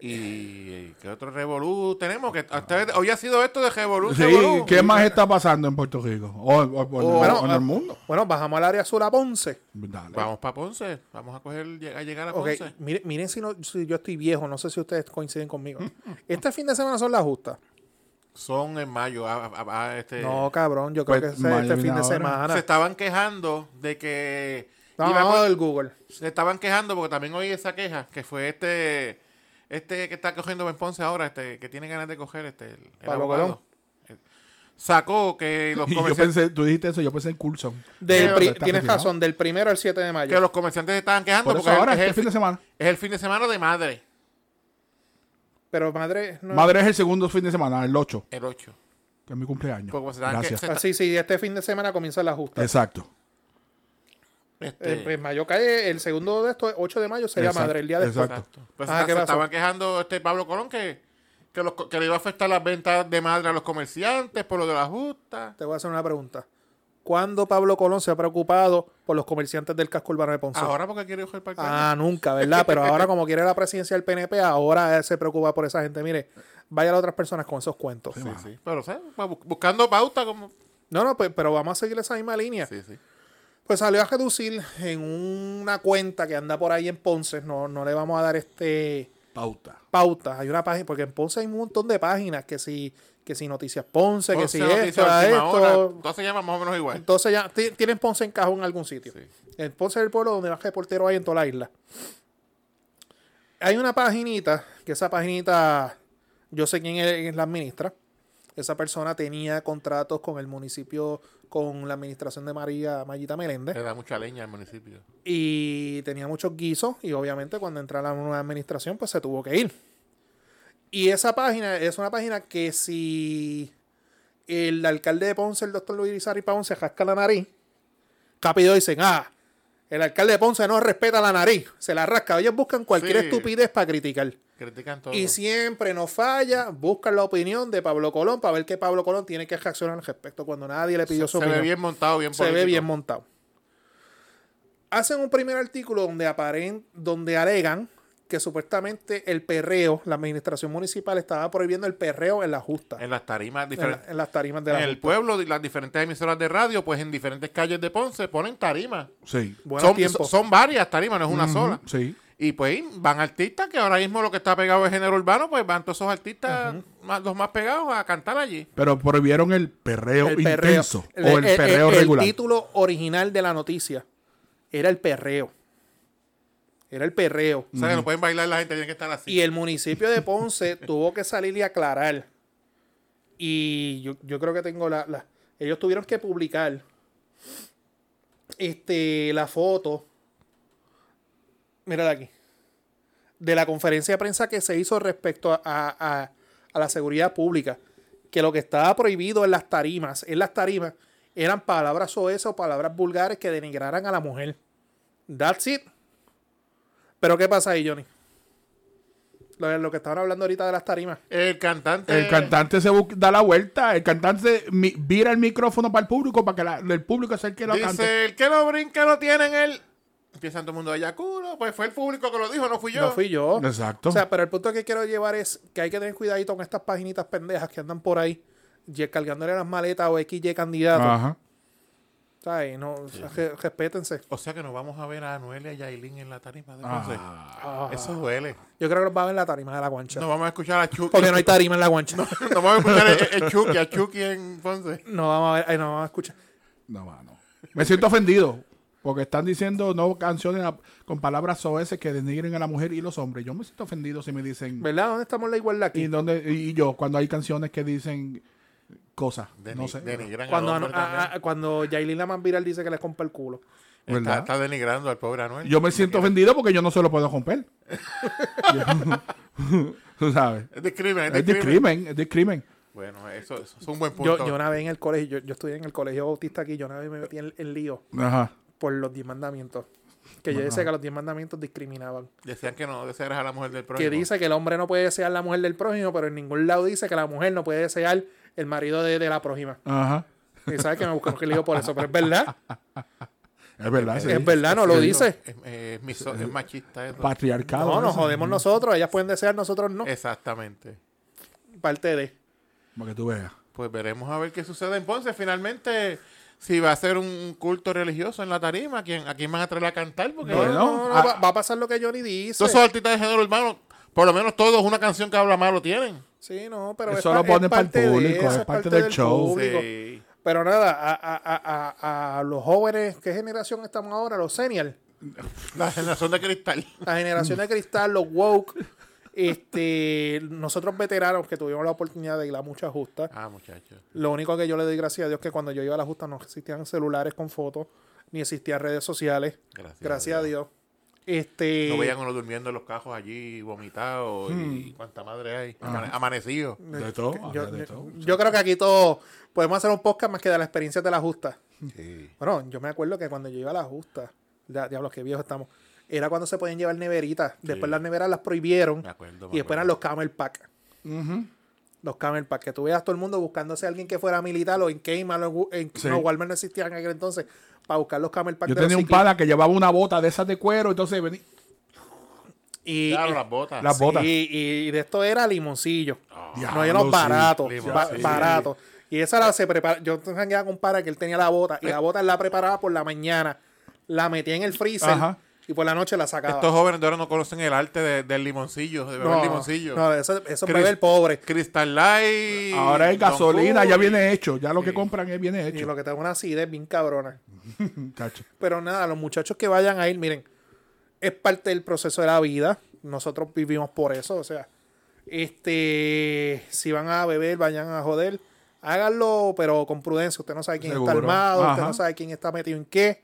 S1: ¿Y qué otro revolú tenemos? que hasta Hoy ha sido esto de revolú.
S2: Ah. Sí,
S1: revolú.
S2: ¿qué más está pasando en Puerto Rico? O, o- o en-
S1: Oh.
S3: bueno,
S2: o en
S3: ah,
S2: el mundo.
S3: Bueno, bajamos al área sur a Ponce.
S2: Dale.
S1: Vamos para Ponce. Vamos a coger a llegar a
S3: Ok,
S1: Ponce.
S3: miren, miren si, no- si yo estoy viejo, no sé si ustedes coinciden
S2: Mm,
S3: conmigo. este fin de semana son las justas.
S1: Son en mayo. a- a- a este,
S3: No, cabrón, yo creo
S2: Pues,
S3: que es este
S2: mayo
S3: fin de
S2: viene ahora.
S3: semana.
S1: se estaban quejando de que.
S3: No,
S1: iba a co-
S3: del Google.
S1: se estaban quejando porque también oí esa queja que fue este. Este que está cogiendo en Ponce ahora, este que tiene ganas de coger, este. El, el
S3: Pablo
S1: abogado. Eh, Sacó que los
S2: Y yo
S1: comerciantes.
S2: pensé, tú dijiste eso, yo pensé en Coulson.
S3: Del
S1: Pero
S3: pri-
S2: está
S3: tienes
S2: retirado.
S3: razón, del primero al 7 de mayo.
S1: que los comerciantes se estaban quejando
S2: Por eso
S1: porque
S2: ahora,
S1: es,
S2: este
S1: el
S2: fin de semana.
S1: es el fin de semana de madre,
S3: Pero madre, no.
S2: Madre es el segundo fin de semana, el 8,
S1: el 8.
S2: que es mi cumpleaños.
S1: Porque se estaban que-
S2: Gracias.
S1: se
S3: Ah, sí, sí, este fin de semana comienza las justas.
S2: Exacto.
S1: este,
S3: Eh, pues mayo cae, el segundo de estos, 8 de mayo, sería
S2: Exacto,
S3: madre el día después.
S2: exacto.
S1: exacto. Pues
S3: Ah,
S1: se-
S3: ¿qué
S1: se
S3: pasó?
S1: estaban quejando este Pablo Colón que, que, los co- que le iba a afectar las ventas de madre a los comerciantes por lo de la justa.
S3: Te voy a hacer una pregunta. ¿Cuándo Pablo Colón se ha preocupado por los comerciantes del casco urbano de Ponce?
S1: Ahora porque quiere ir al parque.
S3: Ah, nunca, ¿verdad? Pero ahora como quiere la presidencia del PNP, ahora él se preocupa por esa gente. Mire, vaya a las otras personas con esos cuentos.
S1: sí, sí. Pero, ¿sabes? Bu- Buscando pauta como...
S3: No, no, pe- pero vamos a seguir esa misma línea.
S1: Sí, sí.
S3: Pues salió a reducir en una cuenta que anda por ahí en Ponce. No, no le vamos a dar este...
S2: Pauta.
S3: pautas, hay una página, porque en Ponce hay un montón de páginas, que si, que si Noticias Ponce, que si
S1: Ponce, noticia,
S3: esto, a
S1: última hora.
S3: esto.
S1: Entonces llama más o menos igual.
S3: Entonces ya ti- tienen Ponce en cajón en algún sitio.
S1: Sí.
S3: En Ponce es el pueblo donde más reporteros hay en toda la isla. Hay una paginita, que esa paginita, yo sé quién es, es la administra. Esa persona tenía contratos con el municipio, con la administración de María Mayita Meléndez
S1: Le da mucha leña al municipio.
S3: y tenía muchos guisos y obviamente cuando entra la nueva administración pues se tuvo que ir. Y esa página es una página que si el alcalde de Ponce, el doctor Luis Irizarry Pavón, se jasca la nariz, rápido dicen, ah, el alcalde de Ponce no respeta la nariz, se la rasca. Ellos buscan cualquier
S1: Sí.
S3: estupidez para criticar.
S1: Critican todo.
S3: Y siempre no falla, buscan la opinión de Pablo Colón para ver que Pablo Colón tiene que reaccionar al respecto cuando nadie le pidió
S1: se,
S3: su
S1: se
S3: opinión
S1: ve bien montado, bien
S3: se ve
S1: político.
S3: bien montado. Hacen un primer artículo donde aparen, donde alegan que supuestamente el perreo, la administración municipal estaba prohibiendo el perreo en la justa, en,
S1: En las tarimas
S3: la-
S1: diferentes.
S3: en las tarimas de
S1: en
S3: la
S1: el
S3: justa.
S1: pueblo, las diferentes emisoras de radio, pues en diferentes calles de Ponce ponen tarimas.
S2: Sí.
S3: Buenos
S1: Son,
S3: tiempos.
S1: son varias tarimas, no es una
S2: Ujú,
S1: sola.
S2: Sí.
S1: Y pues van artistas que ahora mismo lo que está pegado es género urbano, pues van todos esos artistas, más- los más pegados, a cantar allí.
S2: Pero prohibieron el perreo
S3: El perreo. eh,
S2: intenso o el, perreo
S3: el
S2: regular.
S3: título original de la noticia era el perreo. Era el perreo.
S1: O sea, que no pueden bailar la gente, tiene que estar así.
S3: Y el municipio de Ponce tuvo que salir y aclarar. Y yo, yo creo que tengo la, la- Ellos tuvieron que publicar este, la foto. Mírala aquí. De la conferencia de prensa que se hizo respecto a, a- a- a la seguridad pública. Que lo que estaba prohibido en las tarimas, en las tarimas, eran palabras soesas o palabras vulgares que denigraran a la mujer. That's it. Pero ¿qué pasa ahí, Johnny? Lo, lo que estaban hablando ahorita de las tarimas.
S1: El cantante.
S2: El cantante se bu- da la vuelta, el cantante mi- vira el micrófono para el público, para que la- el público sea el que lo cante.
S1: Dice, el que lo brinca lo tiene en él. Empieza todo el mundo de culo. Pues fue el público que lo dijo, no fui yo.
S3: No fui yo.
S2: Exacto.
S3: O sea, pero el punto que quiero llevar es que hay que tener cuidadito con estas paginitas pendejas que andan por ahí ye- cargándole las maletas o XY candidato.
S2: Ajá.
S3: ¿Sabes? No, o sea, re- respétense.
S1: O sea que nos vamos a ver a Anuel y a Yailin en la tarima de Ponce.
S2: Ah,
S1: Eso duele.
S3: Yo creo que los va a ver en la tarima de la guancha.
S1: No vamos a escuchar a Chucky.
S3: Porque no hay tarima en la guancha. No,
S1: No vamos a escuchar el, el Chucky, a Chucky en Ponce.
S3: vamos a ver, ay, no vamos a escuchar.
S2: no, mano. Me siento ofendido porque están diciendo no canciones a- con palabras soeces que denigren a la mujer y los hombres. Yo me siento ofendido si me dicen
S3: ¿Verdad? ¿Dónde estamos la
S2: y
S3: igualdad aquí?
S2: donde y y yo cuando hay canciones que dicen cosas,
S1: Deni-
S2: no sé.
S1: Denigran
S3: Cuando,
S1: al hombre
S3: a- a-
S1: también.
S3: a- cuando Yailin la más viral dice que le compra el culo.
S1: está,
S2: ¿Verdad?
S1: está denigrando al pobre Anuel.
S2: Yo me siento ofendido porque yo no se lo puedo romper. Yo- Tú sabes.
S1: Es discrimen, es discrimen.
S2: Es discrimen, es discrimen.
S1: Bueno, eso, eso es un buen punto.
S3: Yo, yo una vez en el colegio, yo, yo estudié en el colegio bautista aquí, yo una vez me metí en, en lío
S2: Ajá.
S3: por los diez mandamientos. Que yo decía que los diez mandamientos discriminaban.
S1: Decían que no desearas a la mujer del
S3: que
S1: prójimo.
S3: dice que el hombre no puede desear la mujer del prójimo, pero en ningún lado dice que la mujer no puede desear el marido de, de la prójima.
S2: Ajá.
S3: Y sabes que me buscaron que lío por eso, pero es verdad,
S2: Es verdad, sí.
S3: es verdad, no lo
S1: Sí,
S3: dice.
S1: Es, es miso- es machista eso.
S2: Patriarcado.
S3: No, nos
S2: eso.
S3: jodemos nosotros, ellas pueden desear, nosotros
S2: Eh,
S3: no.
S1: Exactamente.
S3: Parte de.
S2: Para que tú veas.
S1: Pues veremos a ver qué sucede en Ponce. Finalmente, si va a ser un culto religioso en la tarima, ¿a quién, a quién van a traer a cantar? Porque
S3: No, no,
S2: Bueno,
S3: no, no,
S2: ah.
S3: va, va a pasar lo que Johnny dice.
S1: todos esos artistas de género urbano, por lo menos todos una canción que habla malo tienen.
S3: Sí, no, pero
S2: Eso
S3: pa-
S2: lo ponen para el
S3: de
S2: público,
S3: eso,
S2: es parte del show.
S3: público.
S1: Sí.
S3: Pero nada, a, a- a- a- a los jóvenes, ¿qué generación estamos ahora? Los seniors.
S1: La generación de cristal.
S3: la generación de cristal, los woke, este, nosotros veteranos que tuvimos la oportunidad de ir a muchas justas,
S1: Ah, muchachos.
S3: lo único que yo le doy gracias a Dios que cuando yo iba a las justas no existían celulares con fotos, ni existían redes sociales.
S1: Gracias
S3: Gracias, a Dios. Este,
S1: No veían uno durmiendo en los cajos allí, vomitado
S2: Hmm.
S1: y cuánta madre hay.
S2: Ah.
S1: Amane- Amanecido.
S2: De todo.
S3: yo,
S2: habla de
S3: yo-
S2: todo.
S3: yo creo que aquí todos podemos hacer un podcast más que de la experiencia de la justa. Bueno, yo me acuerdo que cuando yo iba a la justa, ya, diablos, qué viejos estamos, era cuando se podían llevar neveritas. Después las neveras las prohibieron.
S1: Me acuerdo. me
S3: Y después
S1: acuerdo.
S3: eran los camel pack. Los camel pack. Que tú veas todo el mundo buscándose a alguien que fuera militar o en Kmart o en Gu- en
S2: Sí.
S3: no, Walmart no existían en aquel entonces para buscar los camel pack.
S2: Yo
S3: de los
S2: tenía un
S3: ciclistas.
S2: pana que llevaba una bota de esas de cuero, entonces vení-
S3: Y,
S1: Claro, las botas.
S2: Las
S3: sí,
S2: botas.
S3: y- y de esto era limoncillo. no,
S2: Diablo,
S3: eran
S2: sí.
S3: baratos.
S1: Limoncillo.
S3: ba- baratos. Y esa la se prepara. Yo tenía con un para que él tenía la bota. Y la bota él la preparaba por la mañana. La metía en el freezer.
S2: Ajá.
S3: Y por la noche la sacaba.
S1: Estos jóvenes de ahora no conocen el arte de- del limoncillo, de beber limoncillo.
S3: no, eso, eso
S1: Cris-
S3: bebe el pobre.
S1: Crystal Light.
S2: eh. Ahora es
S1: Don
S2: gasolina, ya
S1: Julio.
S2: viene hecho. Ya lo que compran es viene
S3: Y
S2: hecho. mm,
S3: lo que te da una acidez bien cabrona.
S2: Cacho.
S3: Pero nada, los muchachos que vayan a ir, miren, es parte del proceso de la vida. Nosotros vivimos por eso. O sea, este, si van a beber, vayan a joder, háganlo, pero con prudencia. Usted no sabe quién está
S2: Seguro.
S3: armado, usted
S2: Ajá.
S3: no sabe quién está metido en qué.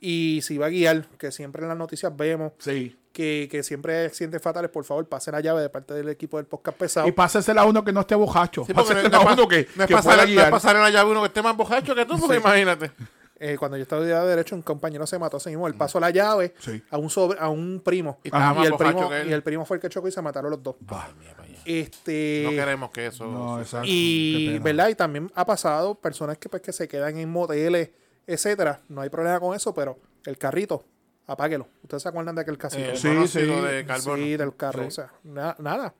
S3: Y si va a guiar, que siempre en las noticias vemos
S2: Sí.
S3: que, que siempre hay accidentes fatales, por favor, pasen la llave de parte del equipo del podcast pesado.
S2: Y pásesela a uno que no esté bojacho.
S1: Sí, porque no,
S2: pásesela a
S1: es
S2: este uno
S1: pa-
S2: que,
S1: no es
S2: que
S1: pasar,
S2: pueda
S1: no es
S2: guiar.
S1: pasar en la llave uno que esté más bojacho que tú, porque imagínate.
S3: Eh, cuando yo estaba de derecho, un compañero se mató, se mismo. Él pasó la llave
S2: Sí.
S3: a un sobre, a un primo.
S1: Y estaba más
S3: el
S1: bojacho
S3: primo,
S1: que él.
S3: y el primo fue el que chocó y se mataron los dos.
S2: Va.
S1: No
S3: Este.
S1: queremos que eso.
S2: No,
S1: suceda.
S2: exacto. Qué
S3: y,
S2: pena.
S3: ¿verdad? Y también ha pasado personas que, pues, que se quedan en moteles, etcétera. No hay problema con eso, pero el carrito, apáguelo. ¿Ustedes se acuerdan de aquel casino?
S1: Eh,
S2: Sí,
S1: monóxido
S2: sí.
S1: de carbono.
S3: Sí, del carro.
S2: Sí.
S3: O sea, na- nada.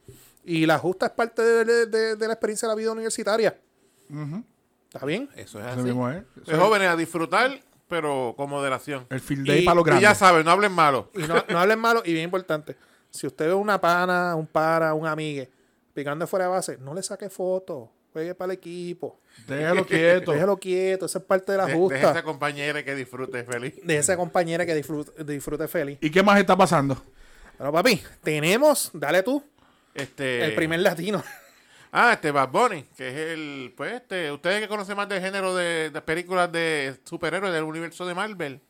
S3: Y la justa es parte de, de- de- de la experiencia de la vida universitaria. ¿Está bien?
S1: Eso es
S2: Eso
S1: así.
S2: mismo es.
S1: Pues, jóvenes, a disfrutar, pero con moderación.
S2: El field day
S3: Y-
S2: para los
S3: y
S1: Y ya
S2: grandes.
S1: saben, no hablen malo.
S3: Y no, no hablen malo, y bien importante. Si usted ve una pana, un para, un amigue picando fuera de base, no le saque fotos. Juegue para el equipo.
S2: Déjalo quieto.
S3: Déjelo quieto. Esa es parte de la
S1: De-
S3: justa.
S1: Deja esa compañera que disfrute feliz.
S3: de esa compañera que disfrute, disfrute feliz.
S2: ¿Y qué más está pasando?
S3: Bueno, papi, tenemos, dale tú,
S2: Eh.
S1: Este,
S3: el primer latino.
S1: Ah, este Bad Bunny, que es el, pues este, ustedes que conocen más del género de, de películas de superhéroes del universo de Marvel,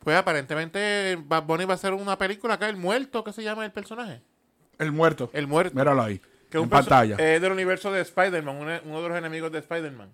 S1: pues aparentemente Bad Bunny va a hacer una película acá, El Muerto, que se llama el personaje.
S2: El muerto.
S1: El Muerto.
S2: Míralo ahí.
S1: que
S2: en
S1: un perso-
S2: pantalla.
S1: Es del universo de Spider-Man, uno, uno de los enemigos de Spider-Man.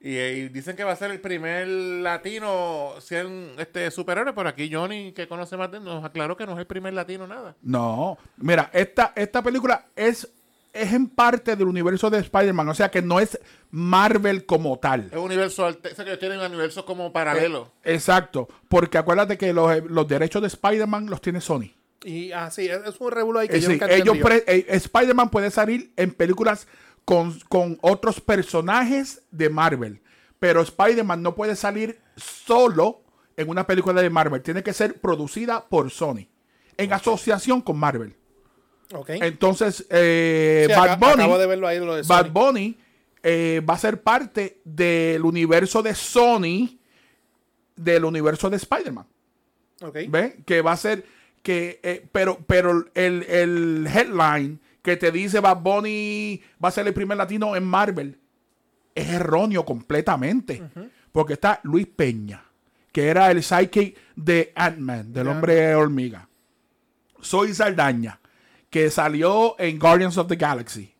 S1: y, eh, y dicen que va a ser el primer latino 100 este, superhéroe, pero aquí Johnny, que conoce más de él, nos aclaró que no es el primer latino nada.
S2: No, mira, esta, esta película es, es en parte del universo de Spider-Man, o sea que no es Marvel como tal.
S1: Es un universo, alte- o sea, que tienen universos como paralelo.
S2: Exacto, porque acuérdate que los, eh, los derechos de Spider-Man los tiene Sony.
S3: Y así, es, es un revuelo ahí que
S2: Es
S3: yo
S2: decir,
S3: nunca
S2: ellos
S3: entendí.
S2: pre- eh, Spider-Man puede salir en películas con, con otros personajes de Marvel, pero Spider-Man no puede salir solo en una película de Marvel, tiene que ser producida por Sony, en asociación con Marvel.
S3: Ok.
S2: Entonces, eh,
S3: Sí,
S2: Bad
S3: acá-
S2: Bunny,
S3: acabo de verlo ahí, lo de Sony.
S2: Bad Bunny eh, va a ser parte del universo de Sony, del universo de Spider-Man.
S3: Ok.
S2: ¿Ves? Que va a ser que, eh, pero, pero el, el headline que te dice Bad Bunny va a ser el primer latino en Marvel es erróneo completamente. Porque está Luis Peña, que era el sidekick de Ant-Man, del
S3: Ya.
S2: hombre hormiga. Soy Saldaña, que salió en Guardians of the Galaxy.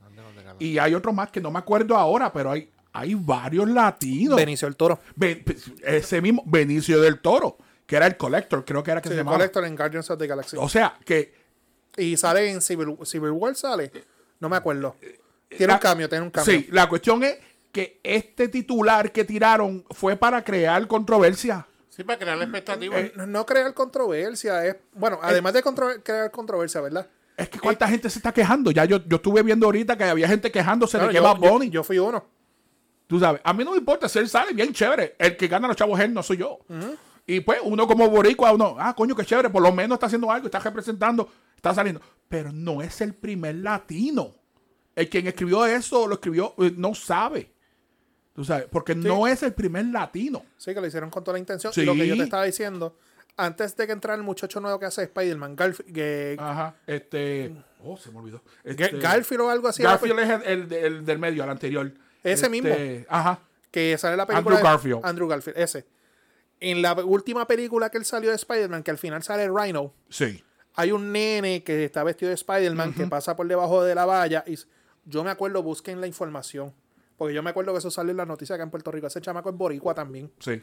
S2: Y hay otro más que no me acuerdo ahora, pero hay, hay varios latinos.
S3: Benicio el Toro.
S2: Ben- ese mismo Benicio del Toro, que era el Collector, creo que era que
S3: Sí,
S2: se
S3: el
S2: llamaba.
S3: Collector en Guardians of the Galaxy.
S2: O sea, que
S3: Y sale en Civil, Civil War, sale. No me acuerdo. Tiene un
S2: ah,
S3: cambio, tiene un cambio.
S2: sí, la cuestión es que este titular que tiraron fue para crear controversia.
S1: Sí, para crear la expectativa.
S3: No, no crear controversia. Es,
S2: Eh.
S3: bueno, además de contro- crear controversia, ¿verdad?
S2: Es que
S3: Eh,
S2: cuánta gente se está quejando. Ya yo, yo estuve viendo ahorita que había gente quejándose
S3: Claro,
S2: de que va
S3: yo,
S2: Bonnie.
S3: yo- yo fui uno.
S2: Tú sabes, a mí no me importa si él sale bien chévere. El que gana los chavos es él, no soy yo. Y pues uno como boricua, uno, ah, coño, qué chévere, por lo menos está haciendo algo, está representando, está saliendo. Pero no es el primer latino. El quien escribió eso, lo escribió, eh, no sabe. Tú sabes, porque no es el primer latino.
S3: Sí, que lo hicieron con toda la intención.
S2: Sí.
S3: Y lo que yo te estaba diciendo, antes de que entrara el muchacho nuevo que hace Spider-Man, Garf- que-
S2: Ajá, este... Oh, se me olvidó.
S3: Ga-
S2: Ah, Este,
S3: Garfield o algo así.
S2: Garfield es el, el- el del medio, el anterior.
S3: Ese
S2: Este,
S3: mismo.
S2: Ajá.
S3: Que sale en la
S2: Andrew
S3: película. de-
S2: Garfield.
S3: Andrew Garfield, ese. En la última película que él salió de Spider-Man, que al final sale Rhino,
S2: Sí.
S3: hay un nene que está vestido de Spider-Man que pasa por debajo de la valla. Y s- yo me acuerdo, busquen la información. Porque yo me acuerdo que eso sale en la noticia acá en Puerto Rico. Ese chamaco es boricua también.
S2: Sí.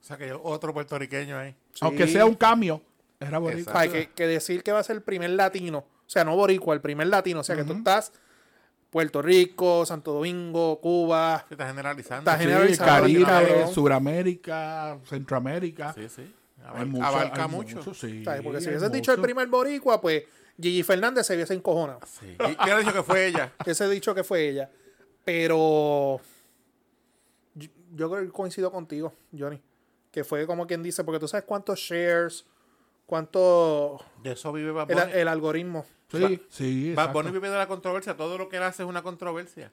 S1: O sea, que otro puertorriqueño ahí.
S2: Aunque
S3: Sí.
S2: sea un cambio, era bonito.
S1: Exacto.
S3: Ay, que, que decir que va a ser el primer latino, o sea, no boricua, el primer latino, o sea, que tú estás Puerto Rico, Santo Domingo, Cuba,
S1: Se está generalizando.
S3: Está
S2: Sí,
S3: generalizado,
S2: Caribe,
S3: cabrón.
S2: Suramérica, Centroamérica.
S1: Sí, sí.
S2: Hay
S1: Abar-
S2: mucho-
S1: abarca
S2: hay
S1: mucho.
S2: sí,
S3: ¿sabes? porque si
S2: hay
S3: hubiese dicho el
S2: mucho.
S3: primer boricua, pues Gigi Fernández se hubiese encojonado.
S1: Sí. ¿Y ¿Quién ha dicho que fue ella?
S3: Ese dicho que fue ella. Pero yo, yo creo que coincido contigo, Johnny, que fue como quien dice, porque tú sabes cuántos shares, cuánto
S1: De eso vive Bad
S3: el,
S1: Bunny.
S3: el algoritmo.
S2: Sí, sí,
S1: Bad
S2: exacto.
S1: Bunny vive de la controversia. Todo lo que él hace es una controversia.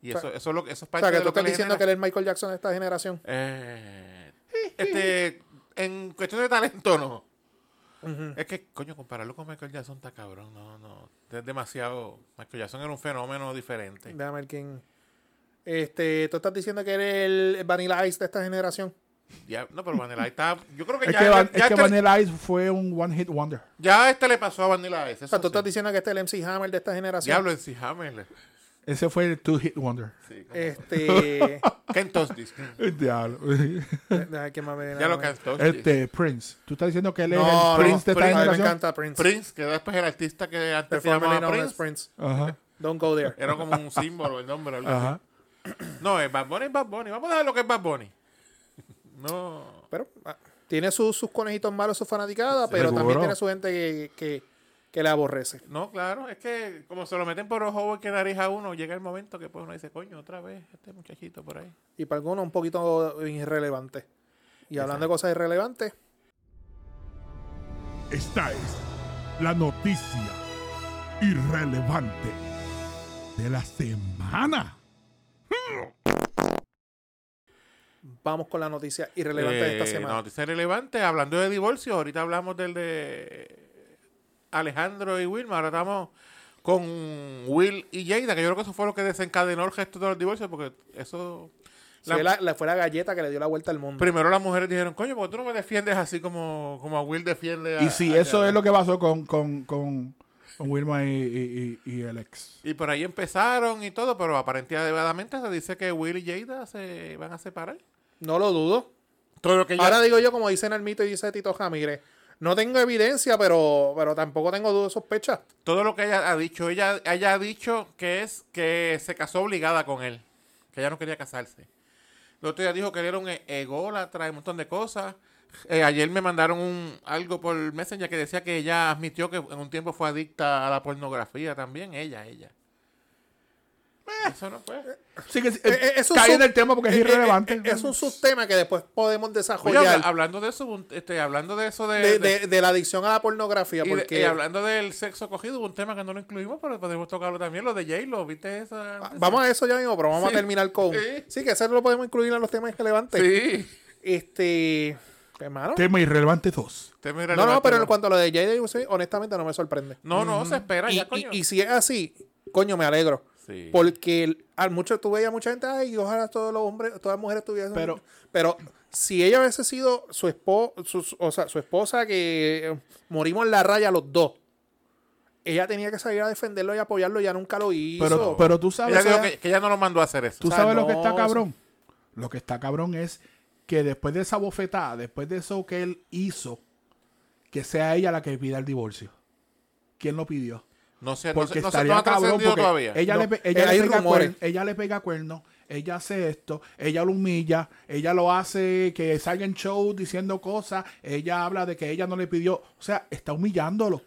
S1: Y
S3: O sea,
S1: eso, eso, es lo, que- eso es
S3: O
S1: parte
S3: sea, que
S1: de
S3: tú
S1: lo que
S3: estás
S1: le
S3: diciendo que
S1: genera.
S3: él es Michael Jackson de esta generación.
S1: Eh, este, en cuestión de talento, no. Es que, coño, compararlo con Michael Jackson está cabrón. No, no. Es demasiado. Michael Jackson era un fenómeno diferente.
S3: Déjame ver quién. Este, tú estás diciendo que eres el Vanilla Ice de esta generación.
S1: Ya- no, pero Vanilla Ice está. Yo creo que
S2: Es
S1: ya.
S2: que, Van-
S1: ya
S2: es que
S1: este,
S2: Vanilla Ice fue un one hit wonder.
S1: ya este le pasó a Vanilla Ice.
S3: O
S1: Eso
S3: sea, tú
S1: sí.
S3: estás diciendo que este es el MC Hammer de esta generación.
S1: Diablo en sí, Hammer.
S2: Ese fue el two hit wonder.
S1: Sí, como-
S3: Este.
S1: Can't touch this.
S2: El diablo.
S3: déjame ver quién más me viene
S1: Ya
S3: a la
S1: lo can't touch this.
S2: este Prince. Tú estás diciendo que él es
S3: No,
S2: el
S3: no,
S2: Prince de esta
S1: Prince.
S3: mente. A mí me
S2: generación.
S3: encanta Prince.
S1: Prince, que después el artista que
S3: The
S1: antes se
S3: formerly
S1: llamaba
S3: known as
S1: Prince.
S3: Prince.
S2: Ajá,
S3: Don't go there.
S1: Era como un símbolo el nombre. algo así.
S2: ajá.
S1: No, es Bad Bunny, es Bad Bunny. Vamos a ver lo que es Bad Bunny. No.
S3: Pero ah, tiene sus, sus conejitos malos, sus fanaticadas, pero
S2: Seguro.
S3: también tiene su gente que, que, que le aborrece.
S1: No, claro, es que como se lo meten por ojo que nariz a uno, llega el momento que pues uno dice, coño, otra vez este muchachito por ahí.
S3: Y para algunos un poquito irrelevante. Y hablando de cosas irrelevantes,
S4: Esta es la noticia irrelevante de la semana.
S3: vamos con la noticia irrelevante de esta
S1: Eh,
S3: semana.
S1: Noticia relevante, hablando de divorcio, ahorita hablamos del de Alejandro y Wilma, ahora estamos con Will y Jada, que yo creo que eso fue lo que desencadenó el gesto de los divorcios, porque eso... la-
S3: Fue, la, la- fue la galleta que le dio la vuelta al mundo.
S1: primero las mujeres dijeron, coño, ¿por qué tú no me defiendes así como, como a Will defiende a...
S2: Y sí,
S3: ah,
S1: a
S2: eso
S1: Jada?"
S2: es lo que pasó con, con, con, con Wilma y, y- y- y el ex.
S1: Y por ahí empezaron y todo, pero aparentemente se dice que Will y Jada se van a separar.
S3: No lo dudo.
S1: Todo lo que ya-
S3: Ahora digo yo, como dice Narmito y dice Tito Ramírez, no tengo evidencia, pero, pero tampoco tengo duda sospechas.
S1: todo lo que ella ha dicho, ella haya dicho que es que se casó obligada con él, que ella no quería casarse. El otro día dijo que él era un e- ególatra y un montón de cosas. Eh, ayer me mandaron un, algo por Messenger que decía que ella admitió que en un tiempo fue adicta a la pornografía también, ella, ella. Eso no puede.
S2: Sí que sí,
S3: Eh, eh, es un
S2: cae
S3: sub-
S2: en el tema porque es
S3: eh, eh,
S2: irrelevante.
S3: eh, es un subtema que después podemos
S1: Oye,
S3: desarrollar
S1: habla- hablando de eso, hubo un- este, hablando de eso de,
S3: de,
S1: de-
S3: de- de la adicción a la pornografía,
S1: y, de-
S3: porque
S1: y hablando del sexo cogido, hubo un tema que no lo incluimos, pero podemos tocarlo también, lo de J-Lo, ¿viste esa?
S3: Ah, vamos a eso ya mismo, pero vamos
S1: Sí.
S3: a terminar con.
S1: Sí.
S3: Sí, que eso lo podemos incluir en los temas relevantes.
S1: Sí.
S3: Este, hermano.
S2: Tema irrelevante 2.
S1: Tema
S3: No, no,
S1: irrelevante,
S3: pero en cuanto a lo de Jada Usain, honestamente no me sorprende.
S1: No, no, se espera
S3: Y,
S1: ya,
S3: y-
S1: coño.
S3: y si es así, coño, me alegro.
S1: Sí.
S3: Porque el- al mucho tú veías mucha gente, ay, ojalá todos los hombres, todas las mujeres tuviesen.
S2: Pero-
S3: pero si ella hubiese sido su esposa, o sea, su esposa que eh, morimos en la raya los dos, ella tenía que salir a defenderlo y apoyarlo, ya nunca lo hizo.
S2: Pero, pero tú sabes,
S1: ella dijo
S2: o sea,
S1: que, que ella no lo mandó a hacer eso.
S2: ¿tú
S3: sea,
S2: sabes lo
S3: no,
S2: que está
S3: o sea-
S2: cabrón. Lo que está cabrón es que después de esa bofetada, después de eso que él hizo, que sea ella la que pida el divorcio. ¿Quién lo pidió?
S1: no sé, no
S2: porque
S1: sé, no sé, no
S2: estaría
S1: ha
S2: cabrón
S1: trascendido
S2: porque
S1: todavía.
S2: ella,
S3: No,
S2: le, pe-
S3: eh,
S2: ella, le
S3: hay
S2: pega
S3: rumores.
S2: cuerno, ella le pega cuerno, ella hace esto, ella lo humilla, ella lo hace que salga en show diciendo cosas, ella habla de que ella no le pidió, o sea, está humillándolo.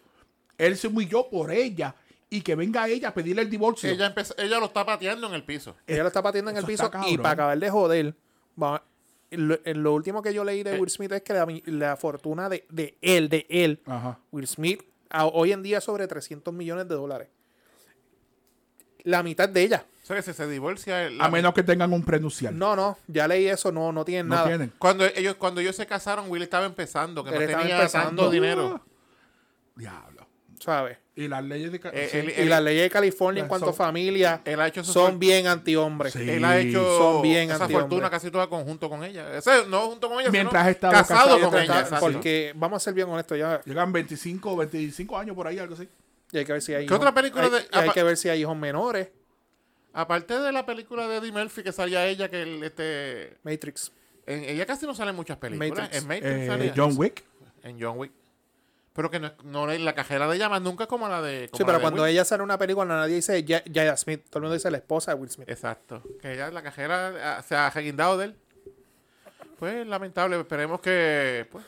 S2: Él se humilló por ella y que venga ella a pedirle el divorcio.
S1: ella, empezó- ella lo está pateando en el piso.
S3: Ella lo está pateando en el
S2: Eso
S3: piso
S2: está
S3: y
S2: cabrón.
S3: para acabar de joder, va- lo, en lo último que yo leí de Will Smith es que la, la fortuna de, de él, de él,
S2: Ajá.
S3: Will Smith, a- hoy en día es sobre 300 millones de dólares. La mitad de ella.
S1: O sea, que si se divorcia... él-
S2: A menos que tengan un prenucial.
S3: No, no, ya leí eso, no, no tienen
S2: No
S3: nada.
S2: tienen.
S1: Cuando ellos, cuando ellos se casaron, Will estaba empezando, que
S3: Él
S1: no
S3: estaba
S1: tenía
S3: empezando.
S1: tanto dinero.
S2: Diablo.
S3: ¿Sabes?
S2: Y las leyes de... ca-
S1: Eh,
S2: sí.
S1: él-
S3: Y las leyes de California en
S2: Son-
S3: cuanto a familia
S1: él ha hecho su
S3: son
S1: for-
S3: bien antihombres.
S2: Sí.
S1: Él ha hecho
S3: son bien
S1: esa
S3: antihombres.
S1: fortuna casi toda conjunto con ella. O sea, no junto con ella,
S2: Mientras
S1: sino
S2: estaba
S1: casado
S2: casado,
S1: con ella.
S2: mientras-
S1: exacto.
S3: Porque vamos a ser bien honestos ya.
S2: Llegan 25 o 25 años por ahí, algo así.
S3: y hay que ver si hay
S1: ¿Qué
S3: hijos-
S1: otra película
S3: hay-
S1: de-
S3: y hay
S1: apa-
S3: que ver si hay hijos menores.
S1: Aparte de la película de Eddie Murphy que salía ella, que el, este,
S3: Matrix.
S1: en- ella casi no sale en muchas películas.
S3: Matrix.
S1: En Matrix
S2: Eh,
S1: salía.
S2: John Wick.
S1: En John Wick. Pero que no, es- no es- la cajera de llamas nunca es como la de. como
S3: Sí,
S1: la
S3: pero
S1: de
S3: cuando
S1: Will.
S3: ella sale en una película, nadie dice Ya- Jada Smith. Todo el mundo dice la esposa de Will Smith.
S1: Exacto. Que ella, la cajera, ah, se ha reguindado de él. Pues lamentable, esperemos que. Pues,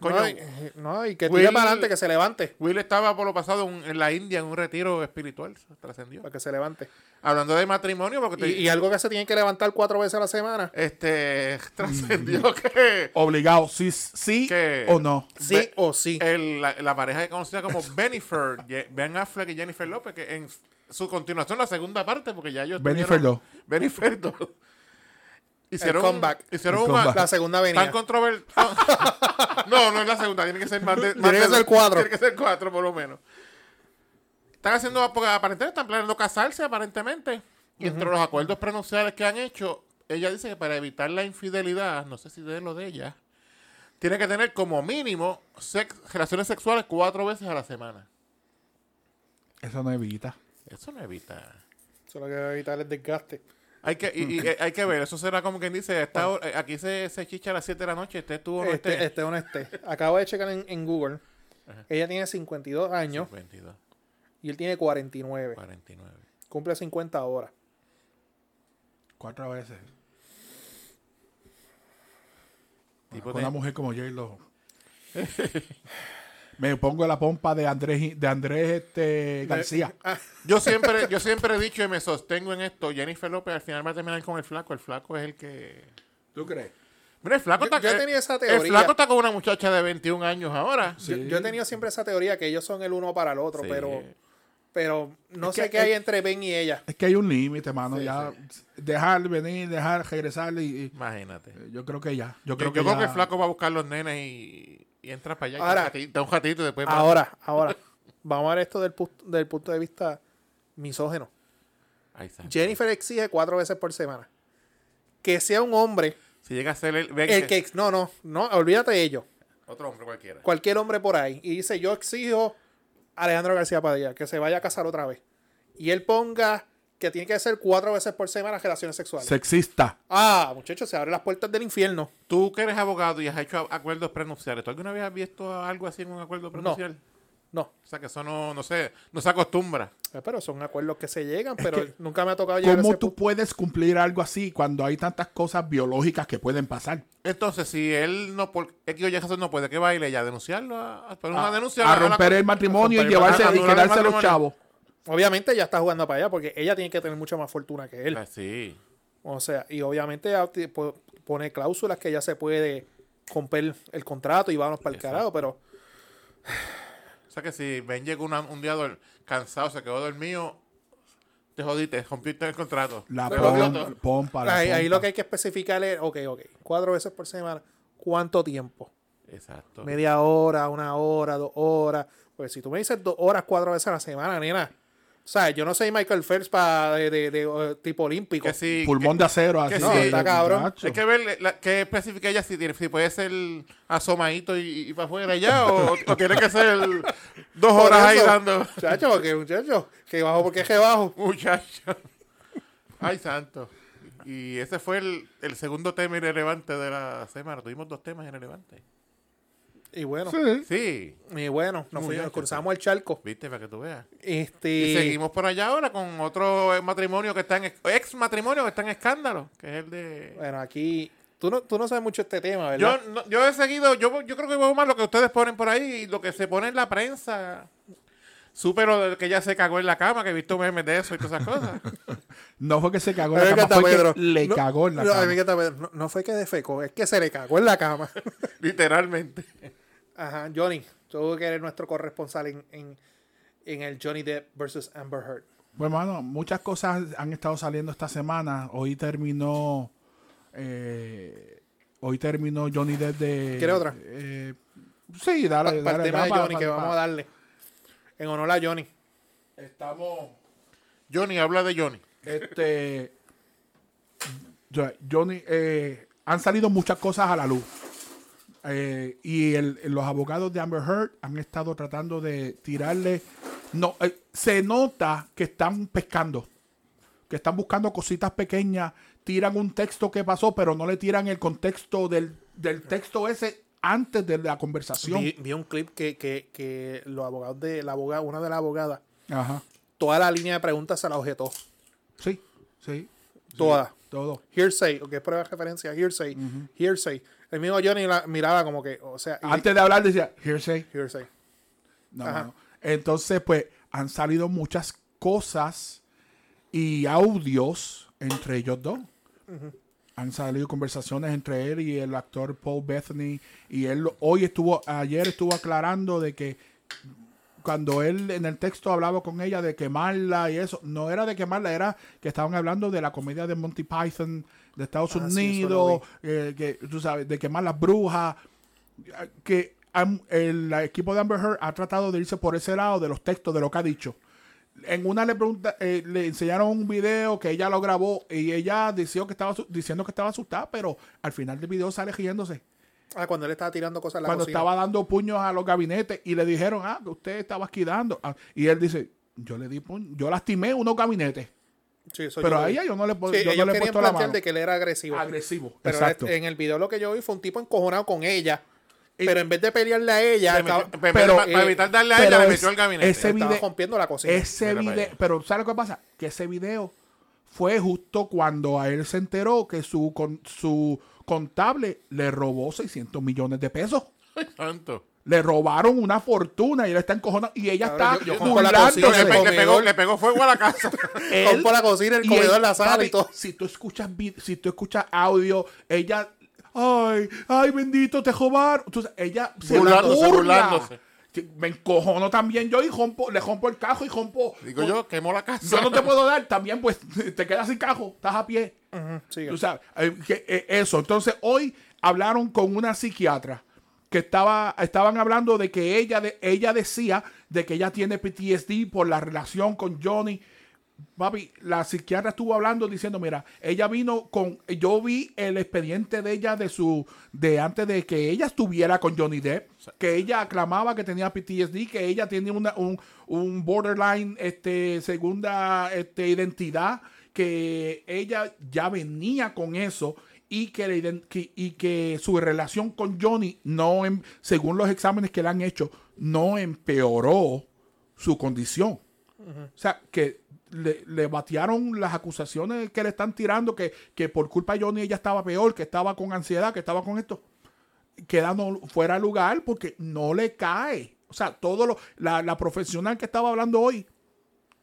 S1: coño,
S3: no, y, no, y que
S1: Will-
S3: tire para adelante, que se levante.
S1: Will estaba por lo pasado en- en la India en un retiro espiritual, se trascendió.
S3: Para que se levante.
S1: Hablando de matrimonio, porque Pues te-
S3: Y, y algo que se tienen que levantar cuatro veces a la semana.
S1: este trascendió que
S2: Obligado, sí, sí
S1: ¿Qué?
S2: o no.
S3: Sí
S1: Ve- eh,
S3: o sí.
S1: el- la, la pareja que conocida como Benifer, Ye- Ben Affleck y Jennifer López, que en su continuación, la segunda parte, porque ya ellos.
S2: Bennifer
S1: tuvieron-
S2: dos.
S1: Bennifer dos. Hicieron,
S3: El comeback.
S1: hicieron
S2: El
S1: una-
S2: comeback.
S3: la segunda
S1: Tan
S3: venía.
S1: controvertido. no, no es la segunda, tiene que ser más de. más
S3: Tiene que
S1: de-
S3: ser cuatro.
S1: Tiene que ser cuatro, por lo menos. Están haciendo, porque aparentemente están planeando casarse, aparentemente. Y entre los acuerdos prenunciales que han hecho, ella dice que para evitar la infidelidad, no sé si de lo de ella, tiene que tener como mínimo sex- relaciones sexuales cuatro veces a la semana.
S2: Eso no evita.
S1: Eso no evita.
S3: Solo que va a evitar el desgaste.
S1: Hay que, y- y- eh, hay que ver, eso será como quien dice, a esta hora- eh, aquí se, se chicha a las 7 de la noche, este estuvo no
S3: Ah. Este,
S1: esté.
S3: este o no esté. Acabo de checar en, en Google. Ella tiene 52 años
S1: 22,
S3: y él tiene 49.
S1: 49.
S3: Cumple 50 horas.
S2: Cuatro veces.
S1: Tipo
S2: con
S1: de-
S2: una mujer como j Me pongo la pompa de Andrés, de Andrés este, García.
S1: Yo siempre, yo siempre he dicho y me sostengo en esto. Jennifer López al final va a terminar con el flaco. El flaco es el que.
S2: ¿Tú crees?
S1: Mira, el flaco
S3: Yo-
S1: está.
S3: yo tenía esa
S1: El
S3: teoría.
S1: flaco está con una muchacha de 21 años ahora.
S3: Yo, yo he tenido siempre esa teoría que ellos son el uno para el otro,
S1: Sí.
S3: pero, pero no
S2: Es
S3: sé
S2: que-
S3: qué hay entre Ben y ella.
S2: Es que hay un límite, mano. ya dejar venir, dejar regresar y, y-
S1: Imagínate.
S2: eh, yo creo que ya. Yo
S1: Yo,
S2: creo
S1: yo
S2: que,
S1: creo
S2: ya-
S1: que el flaco va a buscar los nenes y, y entra para allá. y
S3: Ahora-
S1: da un ratito- da un ratito y después va.
S3: Ahora, ahora, vamos a ver esto del, pu- del punto de vista misógeno.
S1: Ahí está.
S3: Jennifer exige cuatro veces por semana. Que sea un hombre
S1: Si llega a ser el, ven
S3: el
S1: que-
S3: que... No, no, no, olvídate de ello.
S1: Otro hombre cualquiera.
S3: Cualquier hombre por ahí. Y dice, yo exijo a Alejandro García Padilla que se vaya a casar otra vez. Y él ponga que tiene que ser cuatro veces por semana relaciones sexuales.
S2: Sexista.
S3: Ah, muchachos, se abren las puertas del infierno.
S1: Tú que eres abogado y has hecho acuerdos prenupciales, ¿tú alguna vez has visto algo así en un acuerdo prenupcial?
S3: No,
S1: O sea, que eso no, no, se, no se acostumbra.
S3: Eh, Pero son acuerdos que se llegan, pero nunca me ha tocado llegar a
S2: ¿Cómo
S3: ese
S2: tú
S3: punto.
S2: puedes cumplir algo así cuando hay tantas cosas biológicas que pueden pasar?
S1: Entonces, si él no, por X o Y razón no puede, ¿qué baile ya? ¿Denunciarlo? A, a- poner una denuncia.
S2: Ah, a
S1: la-
S2: romper
S1: la-
S2: el matrimonio y
S1: romper el
S2: llevarse y
S1: matrimonio, anular el
S2: quedarse los
S1: matrimonio.
S2: chavos.
S3: Obviamente ella está jugando para allá porque ella tiene que tener mucha más fortuna que él.
S1: Ah, sí.
S3: O sea, y obviamente ella ti- po- pone cláusulas que ella se puede romper el contrato y vámonos para el carajo, pero
S1: O sea, que si Ben llegó una- un día dol- cansado, se quedó dormido, te jodiste, rompiste el contrato.
S2: La
S1: Te
S3: Pero
S2: pom-
S1: jodió
S3: pon-
S1: todo.
S2: pompa, la
S3: ahí, ahí
S2: pompa.
S3: lo que hay que especificar es, ok, ok, cuatro veces por semana, ¿cuánto tiempo?
S1: Exacto.
S3: Media hora, una hora, dos horas. Pues si tú me dices dos horas, cuatro veces a la semana, nena. O sea, yo no soy Michael Phelps para de, de- de, eh, tipo olímpico.
S1: Que si,
S2: Pulmón de acero así.
S1: que sí, está
S3: cabrón.
S2: macho.
S1: Hay que ver la- qué especifica ella si, tiene- si puede ser asomadito y, para afuera ya o, o tiene que ser dos
S3: Por
S1: horas ahí
S3: eso,
S1: dando.
S3: Muchacho, que muchacho, que bajo, porque es que bajo.
S1: Muchacho. Ay, santo. Y ese fue el, el segundo tema irrelevante de la semana. Tuvimos dos temas irrelevantes.
S3: Y bueno,
S2: Sí.
S1: Sí,
S3: y bueno, nos, fuimos,
S1: Muchacho.
S3: cruzamos el charco.
S1: viste, para que tú veas.
S3: Este,
S1: Y seguimos por allá ahora con otro eh, matrimonio que está en... Ex matrimonio que está en escándalo, que es el de...
S3: Bueno, aquí, tú no, tú no sabes mucho este tema,
S1: Yo,
S3: ¿verdad?
S1: no- yo he seguido, yo, yo creo que veo más lo que ustedes ponen por ahí y lo que se pone en la prensa. Supe lo de que ella se cagó en la cama, que he visto memes de eso y todas esas cosas.
S2: No fue que se cagó
S3: A
S2: en la
S3: mí
S2: cama,
S3: me encanta,
S2: fue
S3: Pedro.
S2: que le
S3: No,
S2: cagó en la
S3: no, a mí
S2: cama.
S3: me encanta, Pedro. No, no fue que defecó, es que se le cagó en la cama.
S1: Literalmente.
S3: Ajá, Johnny, tú que eres nuestro corresponsal en, en, en el Johnny Depp versus Amber Heard.
S2: Bueno, mano, Pues, muchas cosas han estado saliendo esta semana. Hoy terminó. eh, hoy terminó Johnny Depp de.
S3: ¿Quieres otra?
S2: eh, sí, dale, dale.
S3: Pa- para el tema
S2: dale,
S3: de
S2: pa-
S3: Johnny,
S2: pa-
S3: que
S2: pa-
S3: vamos a darle. En honor a Johnny.
S1: Estamos... Johnny, habla de Johnny.
S2: Este. yo- Johnny. eh, han salido muchas cosas a la luz. Eh, y el- los abogados de Amber Heard han estado tratando de tirarle. No, eh, se nota que están pescando. Que están buscando cositas pequeñas. Tiran un texto que pasó, pero no le tiran el contexto del, del texto ese antes de la conversación.
S3: Vi, vi un clip que, que, que los abogados de la abogada, una de las abogadas,
S2: Ajá.
S3: toda la línea de preguntas se la objetó.
S2: Sí, sí.
S3: Toda.
S2: Todo.
S3: Hearsay, o que es prueba de referencia, hearsay, hearsay. El mismo Johnny la miraba como que, o sea, y-
S2: Antes de hablar decía, hearsay.
S3: hearsay.
S2: No,
S3: Ajá.
S2: mano. Entonces, pues, han salido muchas cosas y audios entre ellos dos. Han salido conversaciones entre él y el actor Paul Bethany. Y él hoy estuvo, ayer estuvo aclarando de que cuando él en el texto hablaba con ella de quemarla y eso, no era de quemarla, era que estaban hablando de la comedia de Monty Python de Estados
S3: Ah, sí, eso lo
S2: Unidos, eh, que tú sabes, de quemar las brujas, que am- el equipo de Amber Heard ha tratado de irse por ese lado de los textos, de lo que ha dicho. En una le pregunta, eh, le enseñaron un video que ella lo grabó y ella decía que estaba asu- diciendo que estaba asustada, pero al final del video sale riéndose.
S3: Ah, cuando él estaba tirando cosas en la
S2: Cuando
S3: cocina.
S2: estaba dando puños a los gabinetes y le dijeron, ah, que usted estaba esquidando. Ah, y él dice, yo le di puño, yo lastimé unos gabinetes,
S3: Sí, eso
S2: pero
S3: yo
S2: a
S3: vi.
S2: ella yo no le, po-
S3: Sí,
S2: yo no
S3: ellos
S2: le he
S3: querían
S2: puesto la
S3: plantear
S2: mano.
S3: de que él era agresivo.
S2: Agresivo,
S3: Pero
S2: exacto.
S3: en el video lo que yo vi fue un tipo encojonado con ella.
S2: Y- pues,
S3: pero en vez de pelearle a ella,
S1: Le
S3: estaba,
S1: metió- pe-
S2: pero,
S1: para, para
S3: eh,
S1: evitar darle a
S2: pero
S1: ella, le
S2: es-
S1: metió al gabinete.
S2: ese
S3: estaba
S2: video-
S3: rompiendo la cocina.
S2: Ese
S1: Mira para
S2: video,
S1: allá.
S2: pero ¿sabes lo que pasa? Que ese video fue justo cuando a él se enteró que su, con, su contable le robó 600 millones de pesos.
S1: Santo.
S2: Le robaron una fortuna y le están cojonando. Y ella
S3: Cabrón,
S2: está
S3: yo- yo compro la
S1: Yo le,
S3: Entonces,
S1: pe-
S2: burlándose.
S1: le pegó,
S3: comedor.
S1: le pegó fuego a la casa.
S2: Él-
S3: Con por la cocina, el
S2: y
S3: comedor,
S2: él-
S3: la sala
S2: papi,
S3: y todo.
S2: Si tú escuchas vid- si tú escuchas audio, ella ay, ay bendito te robaron. Entonces, ella se
S1: Burlándose,
S2: burla.
S1: burlándose.
S2: Que Me encojono también yo y rompo, le rompo el cajo y rompo.
S1: Digo yo, quemó la casa.
S2: Yo no te puedo dar, también pues te quedas sin cajo, estás a pie.
S3: Sigue.
S2: Tú sabes, eh, que, eh, eso. Entonces, hoy hablaron con una psiquiatra que estaba, estaban hablando de que ella, de, ella decía de que ella tiene PTSD por la relación con Johnny. Papi, la psiquiatra estuvo hablando diciendo, mira, ella vino con, yo vi el expediente de ella de su, de antes de que ella estuviera con Johnny Depp, que ella aclamaba que tenía PTSD, que ella tenía una, un, un borderline, este, segunda, este, identidad, que ella ya venía con eso y que, la ident- que- y que su relación con Johnny no, em- según los exámenes que le han hecho, no empeoró su condición. O sea, que le, le batearon las acusaciones que le están tirando, que, que por culpa de Johnny ella estaba peor, que estaba con ansiedad, que estaba con esto. Quedando fuera de lugar porque no le cae. O sea, todo lo, la, la profesional que estaba hablando hoy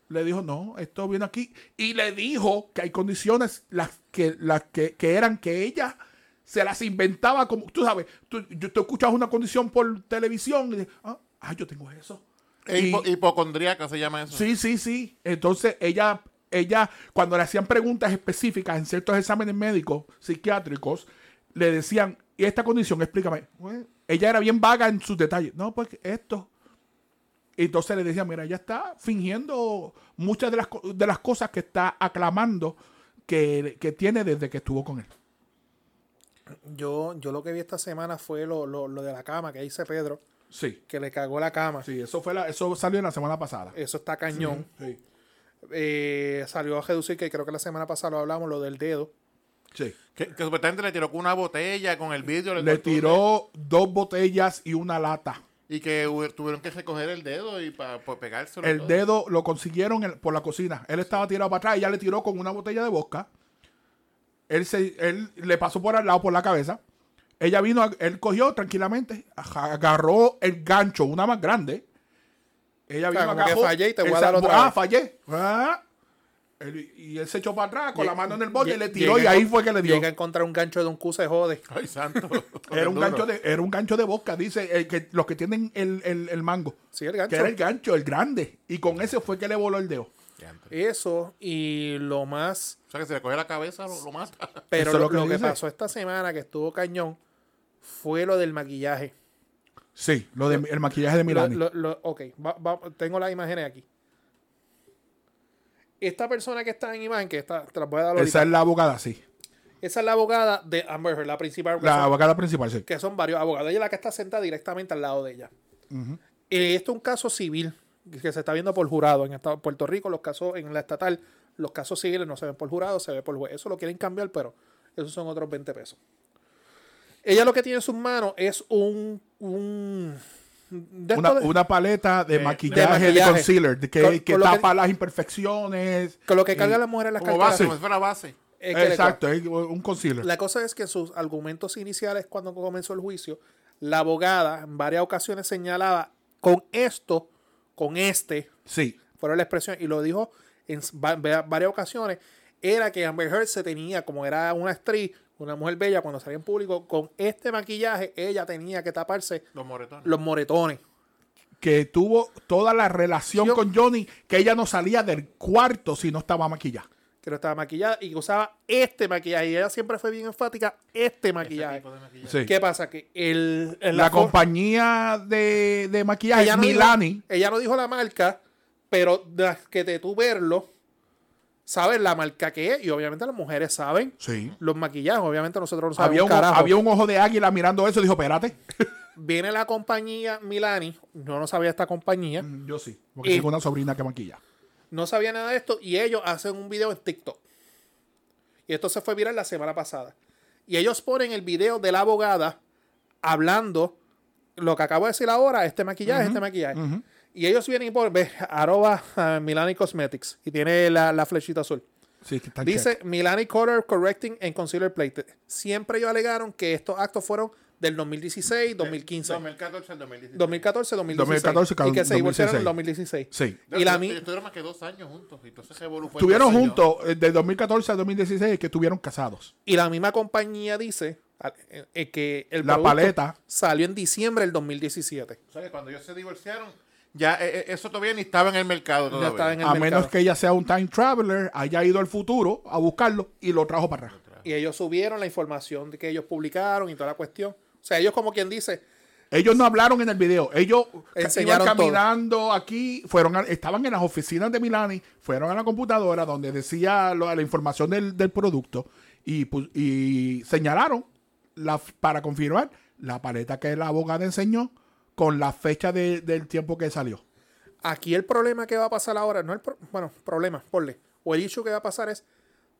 S2: le dijo, no, esto viene aquí. Y le dijo que hay condiciones las que, las que, que eran que ella se las inventaba como, tú sabes, tú, yo- tú escuchas una condición por televisión y dices, ah, ah, yo tengo eso.
S1: E
S2: Y-
S1: hipo- hipocondríaca se llama eso.
S2: Sí, sí, sí. Entonces ella, ella, cuando le hacían preguntas específicas en ciertos exámenes médicos, psiquiátricos, le decían, ¿y esta condición? Explícame. Bueno, Ella era bien vaga en sus detalles. No, pues esto. Y Entonces le decían, mira, ella está fingiendo muchas de las, co- de las cosas que está aclamando que, que tiene desde que estuvo con él.
S3: Yo, yo lo que vi esta semana fue lo, lo, lo de la cama que dice Pedro,
S2: Sí.
S3: que le cagó la cama.
S2: Sí, eso, fue la, eso salió la semana pasada.
S3: Eso está cañón.
S2: Eh, Sí.
S3: Eh, salió a reducir, que creo que la semana pasada lo hablamos, lo del dedo.
S2: Sí.
S1: Que, que supuestamente le tiró con una botella, con el vidrio.
S2: Le
S1: cortó un
S2: tiró dos botellas y una lata.
S1: Y que hu- tuvieron que recoger el dedo y para pegárselo. y
S2: El
S1: todo.
S2: dedo lo consiguieron en- por la cocina. Él estaba tirado para atrás, ella le tiró con una botella de bosca. Él, se, él le pasó por al lado, por la cabeza. Ella vino, a- él cogió tranquilamente, aja- agarró el gancho, una más grande. Ella
S3: O sea,
S2: vino,
S3: como que
S2: agarró,
S3: fallé y te
S2: él
S3: voy a
S2: se-
S3: dar otra
S2: Ah,
S3: vez.
S2: fallé. Ah. Él- y él se echó para atrás con la mano en el bote y
S3: Lle-
S2: le tiró
S3: llega
S2: y ahí
S3: encon-
S2: fue que le dio.
S3: Llega a encontrar un gancho de un Q, se jode.
S1: Ay, santo.
S2: Era un,
S1: Duro.
S2: gancho de, era un gancho de bosca, dice el que, los que tienen el, el- el mango.
S3: Sí, el
S2: Que
S3: gancho.
S2: era el gancho, el grande. Y con ese fue que le voló el dedo.
S1: Diantre.
S3: Eso y lo más.
S1: O sea, que si le coge la cabeza, lo, lo mata.
S3: Pero
S2: Eso es
S3: lo,
S2: lo que
S3: lo que
S2: dice.
S3: pasó esta semana, que estuvo cañón, fue lo del maquillaje.
S2: Sí, lo del maquillaje de Milani.
S3: Lo- lo- lo- ok, va- va- tengo las imágenes aquí. Esta persona que está en imagen, que está, te las voy a dar ahorita.
S2: Esa es la abogada, sí.
S3: Esa es la abogada de Amber Heard, la principal. que
S2: La
S3: son-
S2: abogada principal, sí.
S3: que son varios abogados. Ella es la que está sentada directamente al lado de ella. Eh, esto es un caso civil que se está viendo por jurado. En Estados- Puerto Rico, los casos en la estatal, los casos civiles no se ven por jurado, se ve por juez. Eso lo quieren cambiar, pero esos son otros 20 pesos. Ella lo que tiene en sus manos es un. un de
S2: Una,
S3: esto de-
S2: una paleta de,
S1: de
S2: maquillaje, de
S3: maquillaje.
S2: concealer de que,
S3: Con-
S2: que
S3: con lo que-
S2: tapa las imperfecciones. eh,
S3: con lo que cargan las mujeres en las
S1: Como
S3: carteras.
S1: base, como si fuera base.
S3: Eh, que le-
S2: Exacto, es un concealer.
S3: La cosa es que en sus argumentos iniciales, cuando comenzó el juicio, la abogada en varias ocasiones señalaba con esto, con este,
S2: Sí,
S3: fueron la expresión, y lo dijo en s- va- va- varias ocasiones, era que Amber Heard se tenía, como era una actriz, una mujer bella, cuando salía en público, con este maquillaje, ella tenía que taparse
S1: Los moretones.
S3: los moretones.
S2: que tuvo toda la relación
S3: Yo-
S2: con Johnny, que ella no salía del cuarto si no estaba maquillada.
S3: Que no estaba maquillada y que usaba este maquillaje. Y ella siempre fue bien enfática, este maquillaje.
S1: Tipo de maquillaje.
S2: Sí.
S3: ¿Qué pasa? Que el, el-
S2: la
S3: for-
S2: compañía de, de maquillaje,
S3: ella no
S2: Milani,
S3: Dijo, ella no dijo la marca, pero de las que te tú verlo, sabes la marca que es. Y obviamente las mujeres saben
S2: Sí.
S3: los maquillajes. Obviamente nosotros no sabemos
S2: había,
S3: un
S2: un,
S3: carajo.
S2: había un ojo de águila mirando eso y dijo, espérate.
S3: Viene la compañía Milani. Yo no sabía esta compañía.
S2: Mm, Yo sí, porque
S3: Eh, Y-
S2: tengo una sobrina que maquilla.
S3: No sabía nada de esto. Y ellos hacen un video en TikTok. Y esto se fue viral la semana pasada. Y ellos ponen el video de la abogada hablando lo que acabo de decir ahora, este maquillaje, este maquillaje. Y ellos vienen y ponen, ve, arroba ah, Milani Cosmetics. Y tiene la, la flechita azul.
S2: Sí, que está en
S3: Dice Milani Color Correcting and Concealer Plate. Siempre ellos alegaron que estos actos fueron del 2016, 2015.
S1: 2014 al 2016.
S3: 2014, 2016.
S2: 2014,
S3: y que se
S2: 2016.
S3: divorciaron en 2016.
S2: Sí.
S1: No,
S3: Y la
S1: estu-
S3: mi-
S1: Estuvieron más que dos años juntos. y Entonces se voló- fue
S3: Pues
S2: Estuvieron
S1: el diseño.
S2: juntos eh, de 2014 a 2016 que estuvieron casados.
S3: Y la misma compañía dice al- eh, eh, que el
S2: La
S3: producto
S2: paleta.
S3: salió en diciembre del 2017.
S1: O sea, que cuando ellos se divorciaron, ya eh, eh, eso todavía ni estaba en el mercado.
S3: Ya
S1: Todavía.
S3: estaba en el
S2: A
S3: mercado.
S2: menos que ella sea un time traveler, haya ido al futuro a buscarlo y lo trajo para acá.
S3: Y ellos subieron la información de que ellos publicaron y toda la cuestión. O sea, ellos como quien dice,
S2: Ellos no hablaron en el video. Ellos ca-
S3: Enseñaron
S2: iban
S3: todo.
S2: caminando aquí, fueron a- estaban en las oficinas de Milani, fueron a la computadora donde decía lo- la información del, del producto y, pu- y señalaron la, f- para confirmar la paleta que la abogada enseñó con la fecha de- del tiempo que salió.
S3: aquí el problema que va a pasar ahora, no el pro- bueno, problema, ponle, o el issue que va a pasar es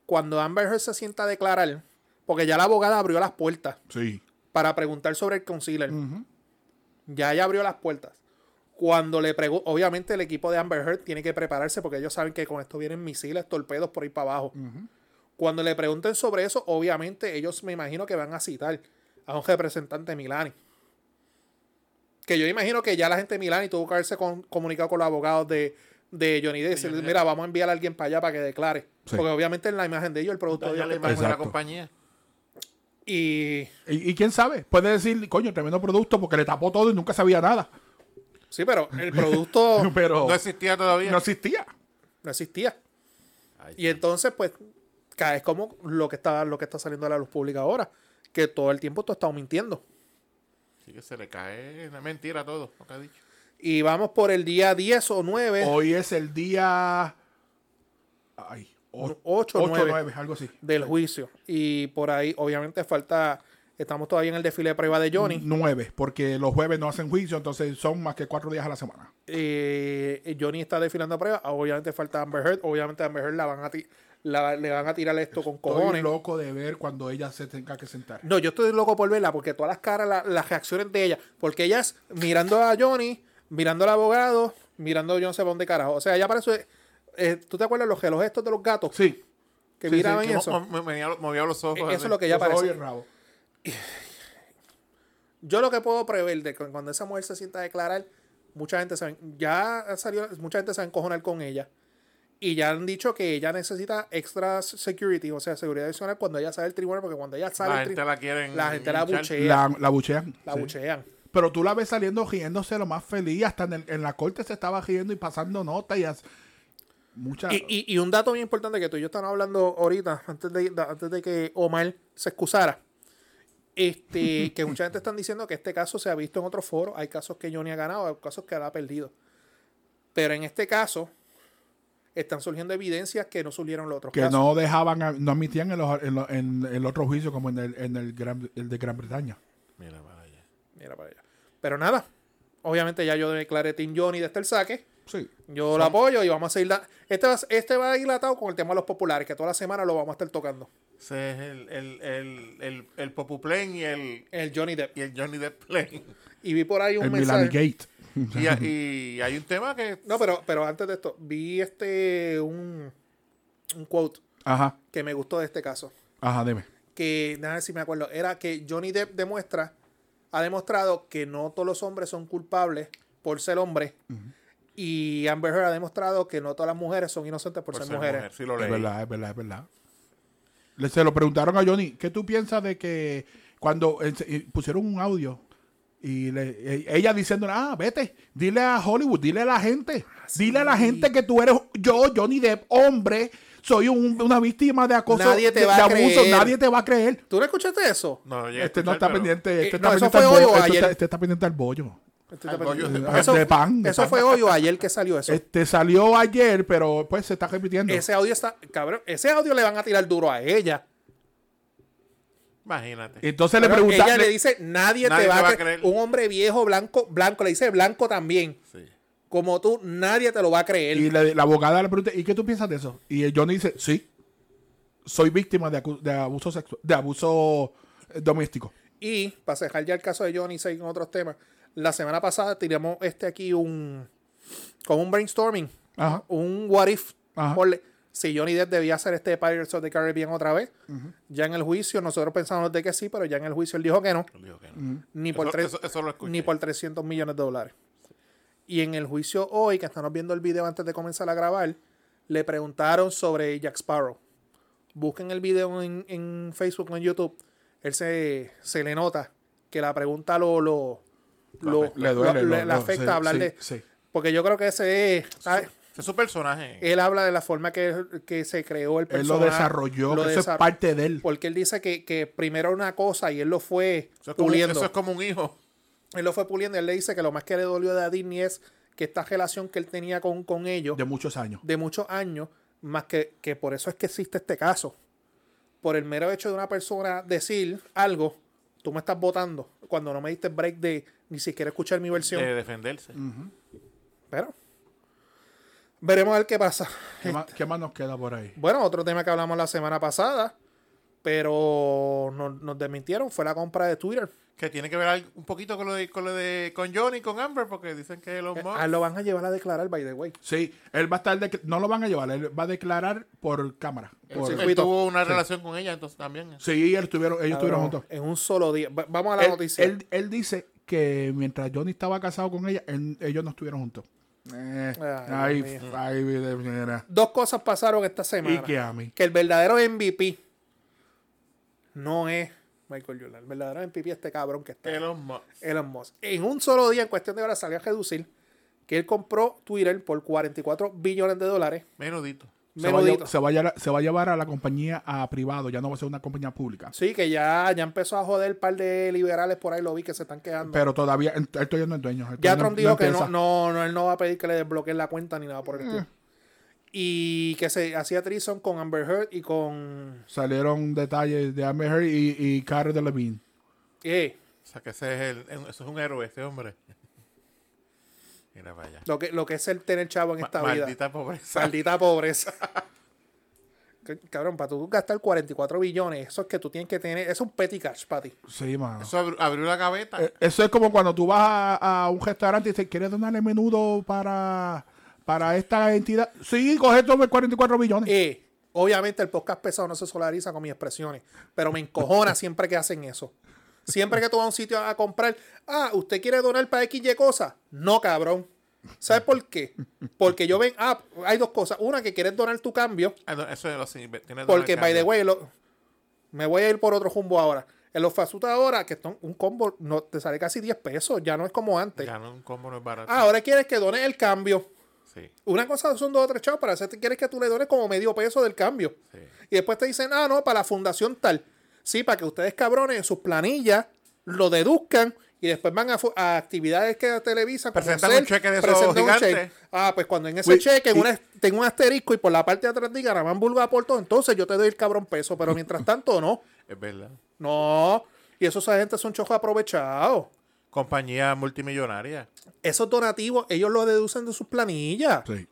S3: cuando Amber Heard se sienta a declarar, porque ya la abogada abrió las puertas
S2: Sí.
S3: para preguntar sobre el concealer. Ya ella abrió las puertas. Cuando le pregunto, obviamente el equipo de Amber Heard tiene que prepararse porque ellos saben que con esto vienen misiles, torpedos por ahí para abajo. Cuando le pregunten sobre eso, obviamente ellos me imagino que van a citar a un representante de Milani. Que yo imagino que ya la gente de Milani tuvo que haberse con- comunicado con los abogados de, de Johnny Depp. y decirle, Mira, vamos a enviar a alguien para allá para que declare.
S2: Sí.
S3: Porque obviamente en la imagen de ellos, el producto de
S1: Ya
S3: ellos.
S1: le
S3: que
S1: imagen
S3: estamos-
S1: de la
S2: Exacto.
S1: compañía.
S3: Y
S2: Y, y quién sabe, puede decir, coño, tremendo producto porque le tapó todo y nunca sabía nada.
S3: sí, pero el producto.
S2: Pero
S1: No existía todavía.
S2: no existía.
S3: no existía.
S1: Ay,
S3: Y entonces, pues, cae como lo que está, lo que está saliendo a la luz pública ahora, que todo el tiempo tú has estado mintiendo.
S1: sí que se le cae. Es mentira todo lo que ha dicho.
S3: Y vamos por el día 10 o 9
S2: Hoy es el día. Ay,
S3: No, ocho, nueve.
S2: 9, algo así.
S3: del juicio. Y por ahí, obviamente, falta. Estamos todavía en el desfile de prueba de Johnny.
S2: 9, porque los jueves no hacen juicio, entonces son más que cuatro días a la semana.
S3: Eh, Johnny está desfilando a prueba. Obviamente falta Amber Heard. Obviamente a Amber Heard la van a ti- la- le van a tirar esto con
S2: Estoy
S3: cojones.
S2: loco de ver cuando ella se tenga que sentar.
S3: No, yo estoy loco por verla porque todas las caras, la- las reacciones de ella, porque ella es mirando a Johnny, mirando al abogado, mirando yo no sé para dónde carajo. O sea, ella parece. eh, ¿Tú te acuerdas los relojes estos de los gatos?
S2: Sí,
S3: Que
S2: sí,
S3: miraban
S1: Que mo-
S3: eso.
S1: mo- mo- movía los- movía los ojos.
S3: Eh, eso
S1: así.
S3: es lo que ella
S2: los ojos y
S3: parece.
S2: el rabo.
S3: Yo lo que puedo prever de que cuando esa mujer se sienta a declarar, mucha gente se va- ya ha salido, mucha gente se va a encojonar con ella. Y ya han dicho que ella necesita extra security, o sea, seguridad adicional cuando ella sale del tribunal, porque cuando ella sale
S1: La
S3: del
S1: gente
S3: tribunal,
S1: la quieren.
S3: la gente la
S1: hinchar.
S3: buchea,
S2: La, la buchean.
S3: Eh, la
S2: sí.
S3: buchean.
S2: Pero tú la ves saliendo riéndose lo más feliz, hasta en, el- en la corte se estaba riendo y pasando notas y as- mucha
S3: Y, y- y un dato bien importante que tú y yo estábamos hablando ahorita, antes de, de- antes de que Omar se excusara, este, que mucha gente están diciendo que este caso se ha visto en otros foros. Hay casos que Johnny ha ganado, hay casos que la ha perdido. Pero en este caso, están surgiendo evidencias que no surgieron en los otros
S2: que
S3: casos.
S2: no dejaban, no admitían en, los- en, los- en el otro juicio como en el, en el, Gran- el de Gran Bretaña.
S1: Mira para allá.
S3: Mira para allá. Pero nada, obviamente ya yo declaré Team Johnny desde el saque.
S2: Sí.
S3: Yo lo apoyo y vamos a seguir. la- este, va, este va a ir atado con el tema de los populares, que toda la semana lo vamos a estar tocando.
S1: Ese es el, el, el, el, el Popuplen y el,
S3: El Johnny Depp.
S1: y el Johnny Depp Plane.
S3: Y vi por ahí un
S2: El
S3: mensaje.
S2: Milani Gate.
S1: Y, a- y hay un tema que.
S3: No, pero, pero antes de esto, vi este un, un quote
S2: Ajá,
S3: que me gustó de este caso.
S2: ajá, dime.
S3: Que, nada si me acuerdo, era que Johnny Depp demuestra, ha demostrado que no todos los hombres son culpables por ser hombres. Y Amber Heard ha demostrado que no todas las mujeres son inocentes por,
S1: por
S3: ser,
S1: ser
S3: mujeres.
S1: mujer, sí lo
S2: Es
S1: leí.
S2: verdad, es verdad, es verdad. Le, se lo preguntaron a Johnny, ¿qué tú piensas de que cuando ens- y pusieron un audio y le- e- ella diciendo, ah, vete, dile a Hollywood, dile a la gente,
S3: Ah,
S2: dile a la gente que tú eres yo, Johnny Depp, hombre, soy un- una víctima de acoso,
S3: Nadie te
S2: de,
S3: va
S2: de
S3: a
S2: abuso,
S3: creer.
S2: nadie te va a creer.
S3: ¿Tú no escuchaste eso?
S1: No, llegué a
S2: Este no
S1: escuchar,
S2: está
S1: pero-
S2: pendiente, este,
S3: Eh,
S2: está,
S3: no, eso
S2: pendiente al
S3: fue hoy
S2: bollo,
S3: o
S2: este
S3: ayer.
S2: está- este está pendiente al bollo.
S3: Este
S1: Al
S3: está
S1: bollo de
S3: perdido.
S1: pan.
S3: Eso,
S2: De pan, de
S3: eso
S2: pan.
S3: fue hoy o ayer que salió eso.
S2: Este salió ayer, pero pues se está repitiendo.
S3: Ese audio está, cabrón, ese audio le van a tirar duro a ella.
S1: Imagínate.
S2: Entonces le
S3: Pero
S2: preguntaron,
S3: Ella le dice, nadie, te va, a creer. Un hombre viejo, blanco, blanco, le dice blanco también.
S1: Sí.
S3: Como tú, nadie te lo va a creer.
S2: Y la, la abogada le pregunta, ¿y qué tú piensas de eso? Y el Johnny dice, sí, soy víctima de, acu- de abuso sexual, de abuso eh, doméstico.
S3: Y para cerrar ya el caso de Johnny y seguir con otros temas, la semana pasada tiramos este aquí un como un brainstorming,
S2: Ajá.
S3: un what if.
S2: Ajá.
S3: Ponle, si Johnny Depp debía hacer este Pirates of the Caribbean otra vez. Ya en el juicio, nosotros pensamos de que sí, pero ya en el juicio él dijo que no,
S1: Digo que no.
S3: Mm. ni
S1: Eso-
S3: por, tres,
S1: eso- eso lo escuché.
S3: ni por 300 millones de dólares. Y en el juicio hoy, que estamos viendo el video antes de comenzar a grabar, le preguntaron sobre Jack Sparrow. Busquen el video en, en Facebook o en YouTube. Él se, se le nota que la pregunta lo, lo, lo-
S2: Le duele.
S3: lo-
S2: lo-
S3: le
S2: lo-
S3: afecta
S2: sí,
S3: hablar
S2: sí,
S3: de...
S2: sí.
S3: Porque yo creo que ese es... ¿sabes?
S1: Ese es su personaje.
S3: Él habla de la forma que, que se creó el
S2: Él lo
S3: personaje.
S2: desarrolló.
S3: lo
S2: que eso
S3: desa-
S2: es parte de él.
S3: Porque él dice que, que primero era una cosa y él lo fue
S1: eso, es como,
S3: puliendo.
S1: eso es como un hijo.
S3: Él lo fue puliendo. Él le dice que lo más que le dolió de a Disney es que esta relación que él tenía con, con ellos
S2: De
S3: de,
S2: muchos años.
S3: muchos años, más que, que por eso es que existe este caso. Por el mero hecho de una persona decir algo, tú me estás votando cuando no me diste break de ni siquiera escuchar mi versión.
S1: De defenderse.
S3: Mm. Pero veremos a ver qué pasa.
S2: ¿Qué más, qué más nos queda por ahí?
S3: Bueno, otro tema que hablamos la semana pasada, pero nos, nos desmintieron, fue la compra de Twitter.
S1: Que tiene que ver algo- un poquito con lo de, con lo de con Johnny, con Amber, porque dicen que los Musk.
S3: Ah, lo van a llevar a declarar, by the way.
S2: Sí, él va a estar. de- No lo van a llevar, él va a declarar por cámara. Por-
S1: él
S3: circuito.
S1: tuvo una relación con ella, entonces también.
S2: sí, él estuvieron, ellos estuvieron
S3: Cabrón,
S2: juntos.
S3: En un solo día. Va- vamos a la
S2: Él,
S3: noticia.
S2: él- él dice que mientras Johnny estaba casado con ella, él- ellos no estuvieron juntos. Eh,
S3: Ay,
S2: ay,
S3: Dios
S2: ay, de- mira.
S3: Dos cosas pasaron esta semana.
S2: Y que a mí.
S3: Que el verdadero MVP no es Michael Jordan. El verdadero MVP es este cabrón que está.
S1: Elon Musk.
S3: Elon Musk. En un solo día, en cuestión de horas, salió a reducir que él compró Twitter por 44 billones de dólares.
S1: Menudito.
S2: Se va, a, lle-
S3: Menudito.
S2: se va a llevar, se va a llevar a la compañía a privado, ya no va a ser una compañía pública.
S3: Sí, que ya, ya empezó a joder un par de liberales por ahí, lo vi que se están quedando.
S2: Pero todavía, él él todavía no es dueño. él todavía
S3: ya Trump
S2: no-
S3: dijo
S2: no
S3: que no,
S2: empieza.
S3: no, no, él no va a pedir que le desbloqueen la cuenta ni nada por
S2: Mm.
S3: el estilo. Y que se hacía Trison con Amber Heard y con.
S2: Salieron detalles de Amber Heard y, y Cara Delevingne.
S3: Eh,
S1: O sea, que ese es el, el- eso es un héroe, ese hombre. Mira para allá.
S3: lo, que, lo que es el tener chavo en
S1: Ma-
S3: esta vida.
S1: Maldita pobreza.
S3: Maldita pobreza. C- Cabrón, para tú gastar 44 billones, eso es que tú tienes que tener. Es un petty cash para ti.
S2: Sí, mano.
S1: Eso abri- abrió la gaveta.
S2: Eh, Eso es como cuando tú vas a, a un restaurante y dices, ¿quieres donarle menudo para, para esta entidad? Sí, coge estos 44 billones.
S3: Eh, obviamente el podcast pesado no se solariza con mis expresiones, pero me encojona siempre que hacen eso. Siempre que tú vas a un sitio a comprar, ah, ¿usted quiere donar para XY cosa? No, cabrón. ¿Sabes por qué? Porque yo ven, ah, hay dos cosas. Una, que quieres donar tu cambio,
S1: Ah, no, eso es lo sí, tiene todo
S3: porque,
S1: el
S3: by the
S1: cambio.
S3: way, lo- me voy a ir por otro jumbo ahora. En los fasutas ahora, que son un combo, no, te sale casi 10 pesos, ya no es como antes.
S1: Ya no, un combo no es barato.
S3: Ah, ahora quieres que dones el cambio.
S1: Sí,
S3: Una cosa son dos o tres chavos, pero a veces te quieres que tú le dones como medio peso del cambio.
S1: sí.
S3: Y después te dicen, ah, no, para la fundación tal. Sí, para que ustedes cabrones en sus planillas lo deduzcan y después van a, fu- a actividades que televisan. como
S1: Presentan
S3: Cel,
S1: un cheque de esos
S3: presentan un
S1: gigantes.
S3: cheque. Ah, pues cuando en ese
S2: Uy,
S3: cheque en
S2: y-
S3: una- tengo un asterisco y por la parte de atrás diga, Ramán Bulba aportó, entonces yo te doy el cabrón peso, pero mientras tanto no.
S1: Es verdad.
S3: No. Y esos agentes son chojos aprovechados.
S1: Compañía multimillonaria.
S3: Esos donativos, ellos lo deducen de sus planillas.
S2: Sí.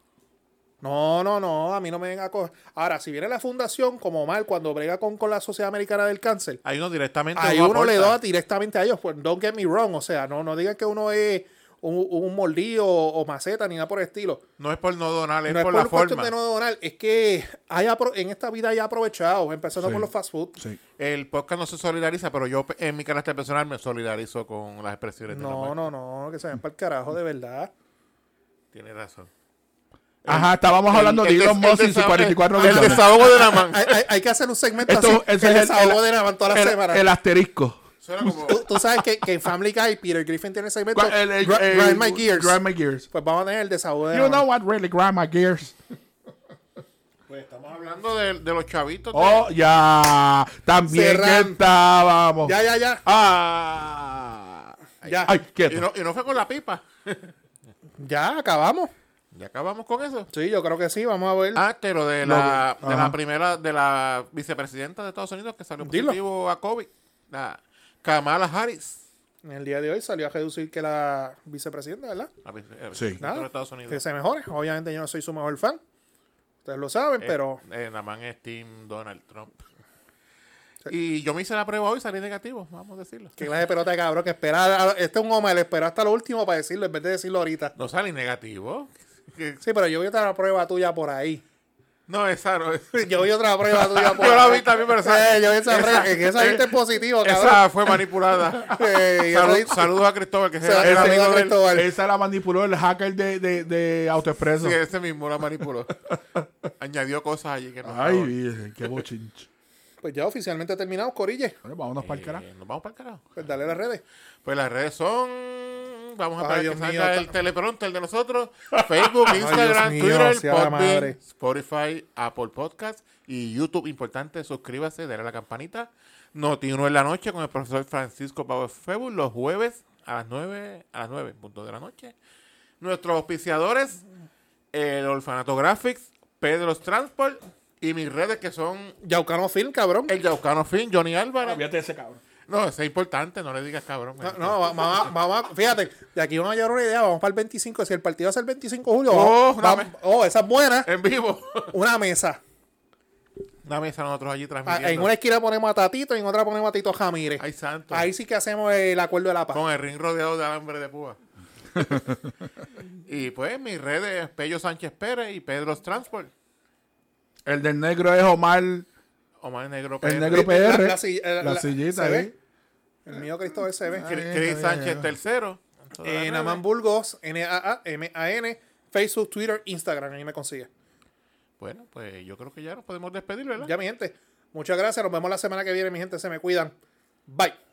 S3: No, no, no, a mí no me venga a coger. Ahora, si viene la fundación, como mal, cuando brega con, con la Sociedad Americana del Cáncer,
S1: Hay uno directamente.
S3: Ahí
S1: no
S3: uno
S1: aporta.
S3: le da directamente a ellos, pues don't get me wrong, o sea, no, no digan que uno es un, un mordido o, o maceta ni nada por el estilo.
S1: No es por no donar, es
S3: no es
S1: por,
S3: por,
S1: la
S3: cuestión
S1: forma.
S3: de no donar, es que hay apro- en esta vida hay aprovechados, empezando
S2: Sí.
S3: por los fast food.
S2: Sí.
S1: El podcast no se solidariza, pero yo en mi carácter personal me solidarizo con las expresiones de
S3: No,
S1: Ramón.
S3: no, no, que se ven para el carajo, de verdad.
S1: Tiene razón.
S2: Ajá, estábamos hablando de
S1: El- el
S2: Elon
S1: des- el
S2: Musk y sus
S1: desa-
S2: 44
S1: el- El
S2: billones.
S1: desahogo de Ramón.
S3: Hay, hay- hay que hacer un segmento
S2: Esto-
S3: así,
S2: ese
S3: el
S2: es el-
S3: desahogo
S2: el-
S3: de Navan todas las
S2: El,
S3: semanas.
S2: el asterisco.
S1: Suena como...
S3: tú, tú sabes que, que en Family Guy Peter Griffin tiene el segmento
S2: ¿Cuál- el- el-
S3: Gr-
S2: el-
S3: Grind My Gears.
S2: Grind my gears.
S3: Pues vamos a tener el desahogo de
S2: You
S3: Navan.
S2: know what really grind my gears.
S1: Pues estamos hablando de, de los chavitos. de-
S2: Oh, ya. También
S3: Cerrando.
S2: estábamos.
S3: Ya, ya, ya.
S2: Ah.
S3: Ya.
S2: Ay, quieto.
S1: y, no, y no fue con la pipa.
S3: Ya, acabamos.
S1: ya acabamos con eso.
S3: Sí, yo creo que sí, vamos a ver.
S1: Ah, pero de la,
S2: Lo-
S1: de
S2: ajá.
S1: la primera, de la vicepresidenta de Estados Unidos que salió
S3: Dilo.
S1: positivo a COVID, la Kamala Harris,
S3: En el día de hoy salió a reducir que la vicepresidenta, ¿verdad?
S1: la vice- la
S2: Sí.
S1: vicepresidenta de
S3: Nada,
S1: Estados
S3: Que
S1: Unidos.
S3: se mejore. Obviamente yo no soy su mejor fan. Ustedes lo saben, pero
S1: Eh, eh, nada más es Team Donald Trump. Y yo me hice la prueba hoy, salí negativo, vamos a decirlo.
S3: qué clase de pelota de cabrón que espera. Este es un hombre, le esperó hasta lo último para decirlo en vez de decirlo ahorita.
S1: No salí negativo.
S3: Sí, pero yo voy a estar la prueba tuya por ahí.
S1: No, esa no es.
S3: Yo vi otra prueba tuya. por
S1: Yo la
S3: ahí.
S1: vi también, pero esa-
S3: Eh, yo vi
S1: esa-
S3: esa,
S1: eh,
S3: prueba. En esa viste positivo, cabrón.
S1: Esa fue manipulada.
S3: Eh, y esa
S1: Salud-
S3: viste-
S1: saludos a Cristóbal, que es el,
S3: Saludos
S1: el
S3: a
S1: amigo de él.
S3: Cristóbal. Vale.
S2: Esa la manipuló el hacker de, de, de AutoExpreso.
S1: Sí, ese mismo la manipuló. Añadió cosas allí que no.
S2: Ay, virgen, qué bochinche.
S3: Pues ya oficialmente terminamos, Corille.
S2: Bueno, vámonos para el carajo.
S1: Eh, Nos vamos para el carajo.
S3: Pues dale las redes.
S1: Pues las redes son. Vamos a
S3: Ay,
S1: parar que
S3: Dios mío,
S1: salga el
S3: ta-
S1: teleprompter de nosotros. Facebook, Instagram,
S3: mío,
S1: Twitter,
S3: sea la madre.
S1: Podbean, Spotify, Apple Podcast y YouTube. Importante, suscríbase, dale a la campanita. Noti uno en la noche con el profesor Francisco Pablo Febu los jueves a las 9, a las 9, punto de la noche. Nuestros auspiciadores, el Orfanato Graphics, Pedro's Transport y mis redes que son
S3: Yaucano Film, cabrón.
S1: el Yaucano Fin, Johnny Álvarez.
S2: ese cabrón.
S1: No, eso es importante, no le digas cabrón.
S3: No, no, va- vamos, a- vamos a- fíjate, de aquí vamos a llevar una idea, vamos para el 25, si el partido es el 25 de julio,
S1: Oh,
S3: vamos-
S1: dame.
S3: oh, esa es buena,
S1: En vivo.
S3: una mesa,
S1: Una mesa nosotros allí
S3: Ah,
S1: transmitiendo.
S3: en una esquina ponemos a Tatito y en otra ponemos a Tito Jamírez,
S1: Ay, santo.
S3: ahí sí que hacemos el acuerdo de la paz,
S1: Con el ring rodeado de alambre de púa. y pues mis redes, Pello Sánchez Pérez y Pedro's Transport.
S2: El del negro es Omar, el
S1: Omar Negro Pérez.
S2: negro
S3: Pues, La-
S2: PR.
S3: la sill- eh,
S2: La,
S3: la-
S2: sillita
S3: ¿se
S2: ahí.
S3: ve? el mío Cristóbal se ve,
S1: Cri- Cris Sánchez tercero. Eh,
S3: en Amán Eh, Burgos, N-A-A-M-A-N, Facebook, Twitter, Instagram, ahí me consigue,
S1: Bueno, pues yo creo que ya nos podemos despedir, ¿verdad?
S3: ya mi gente, muchas gracias, nos vemos la semana que viene, mi gente, se me cuidan, bye.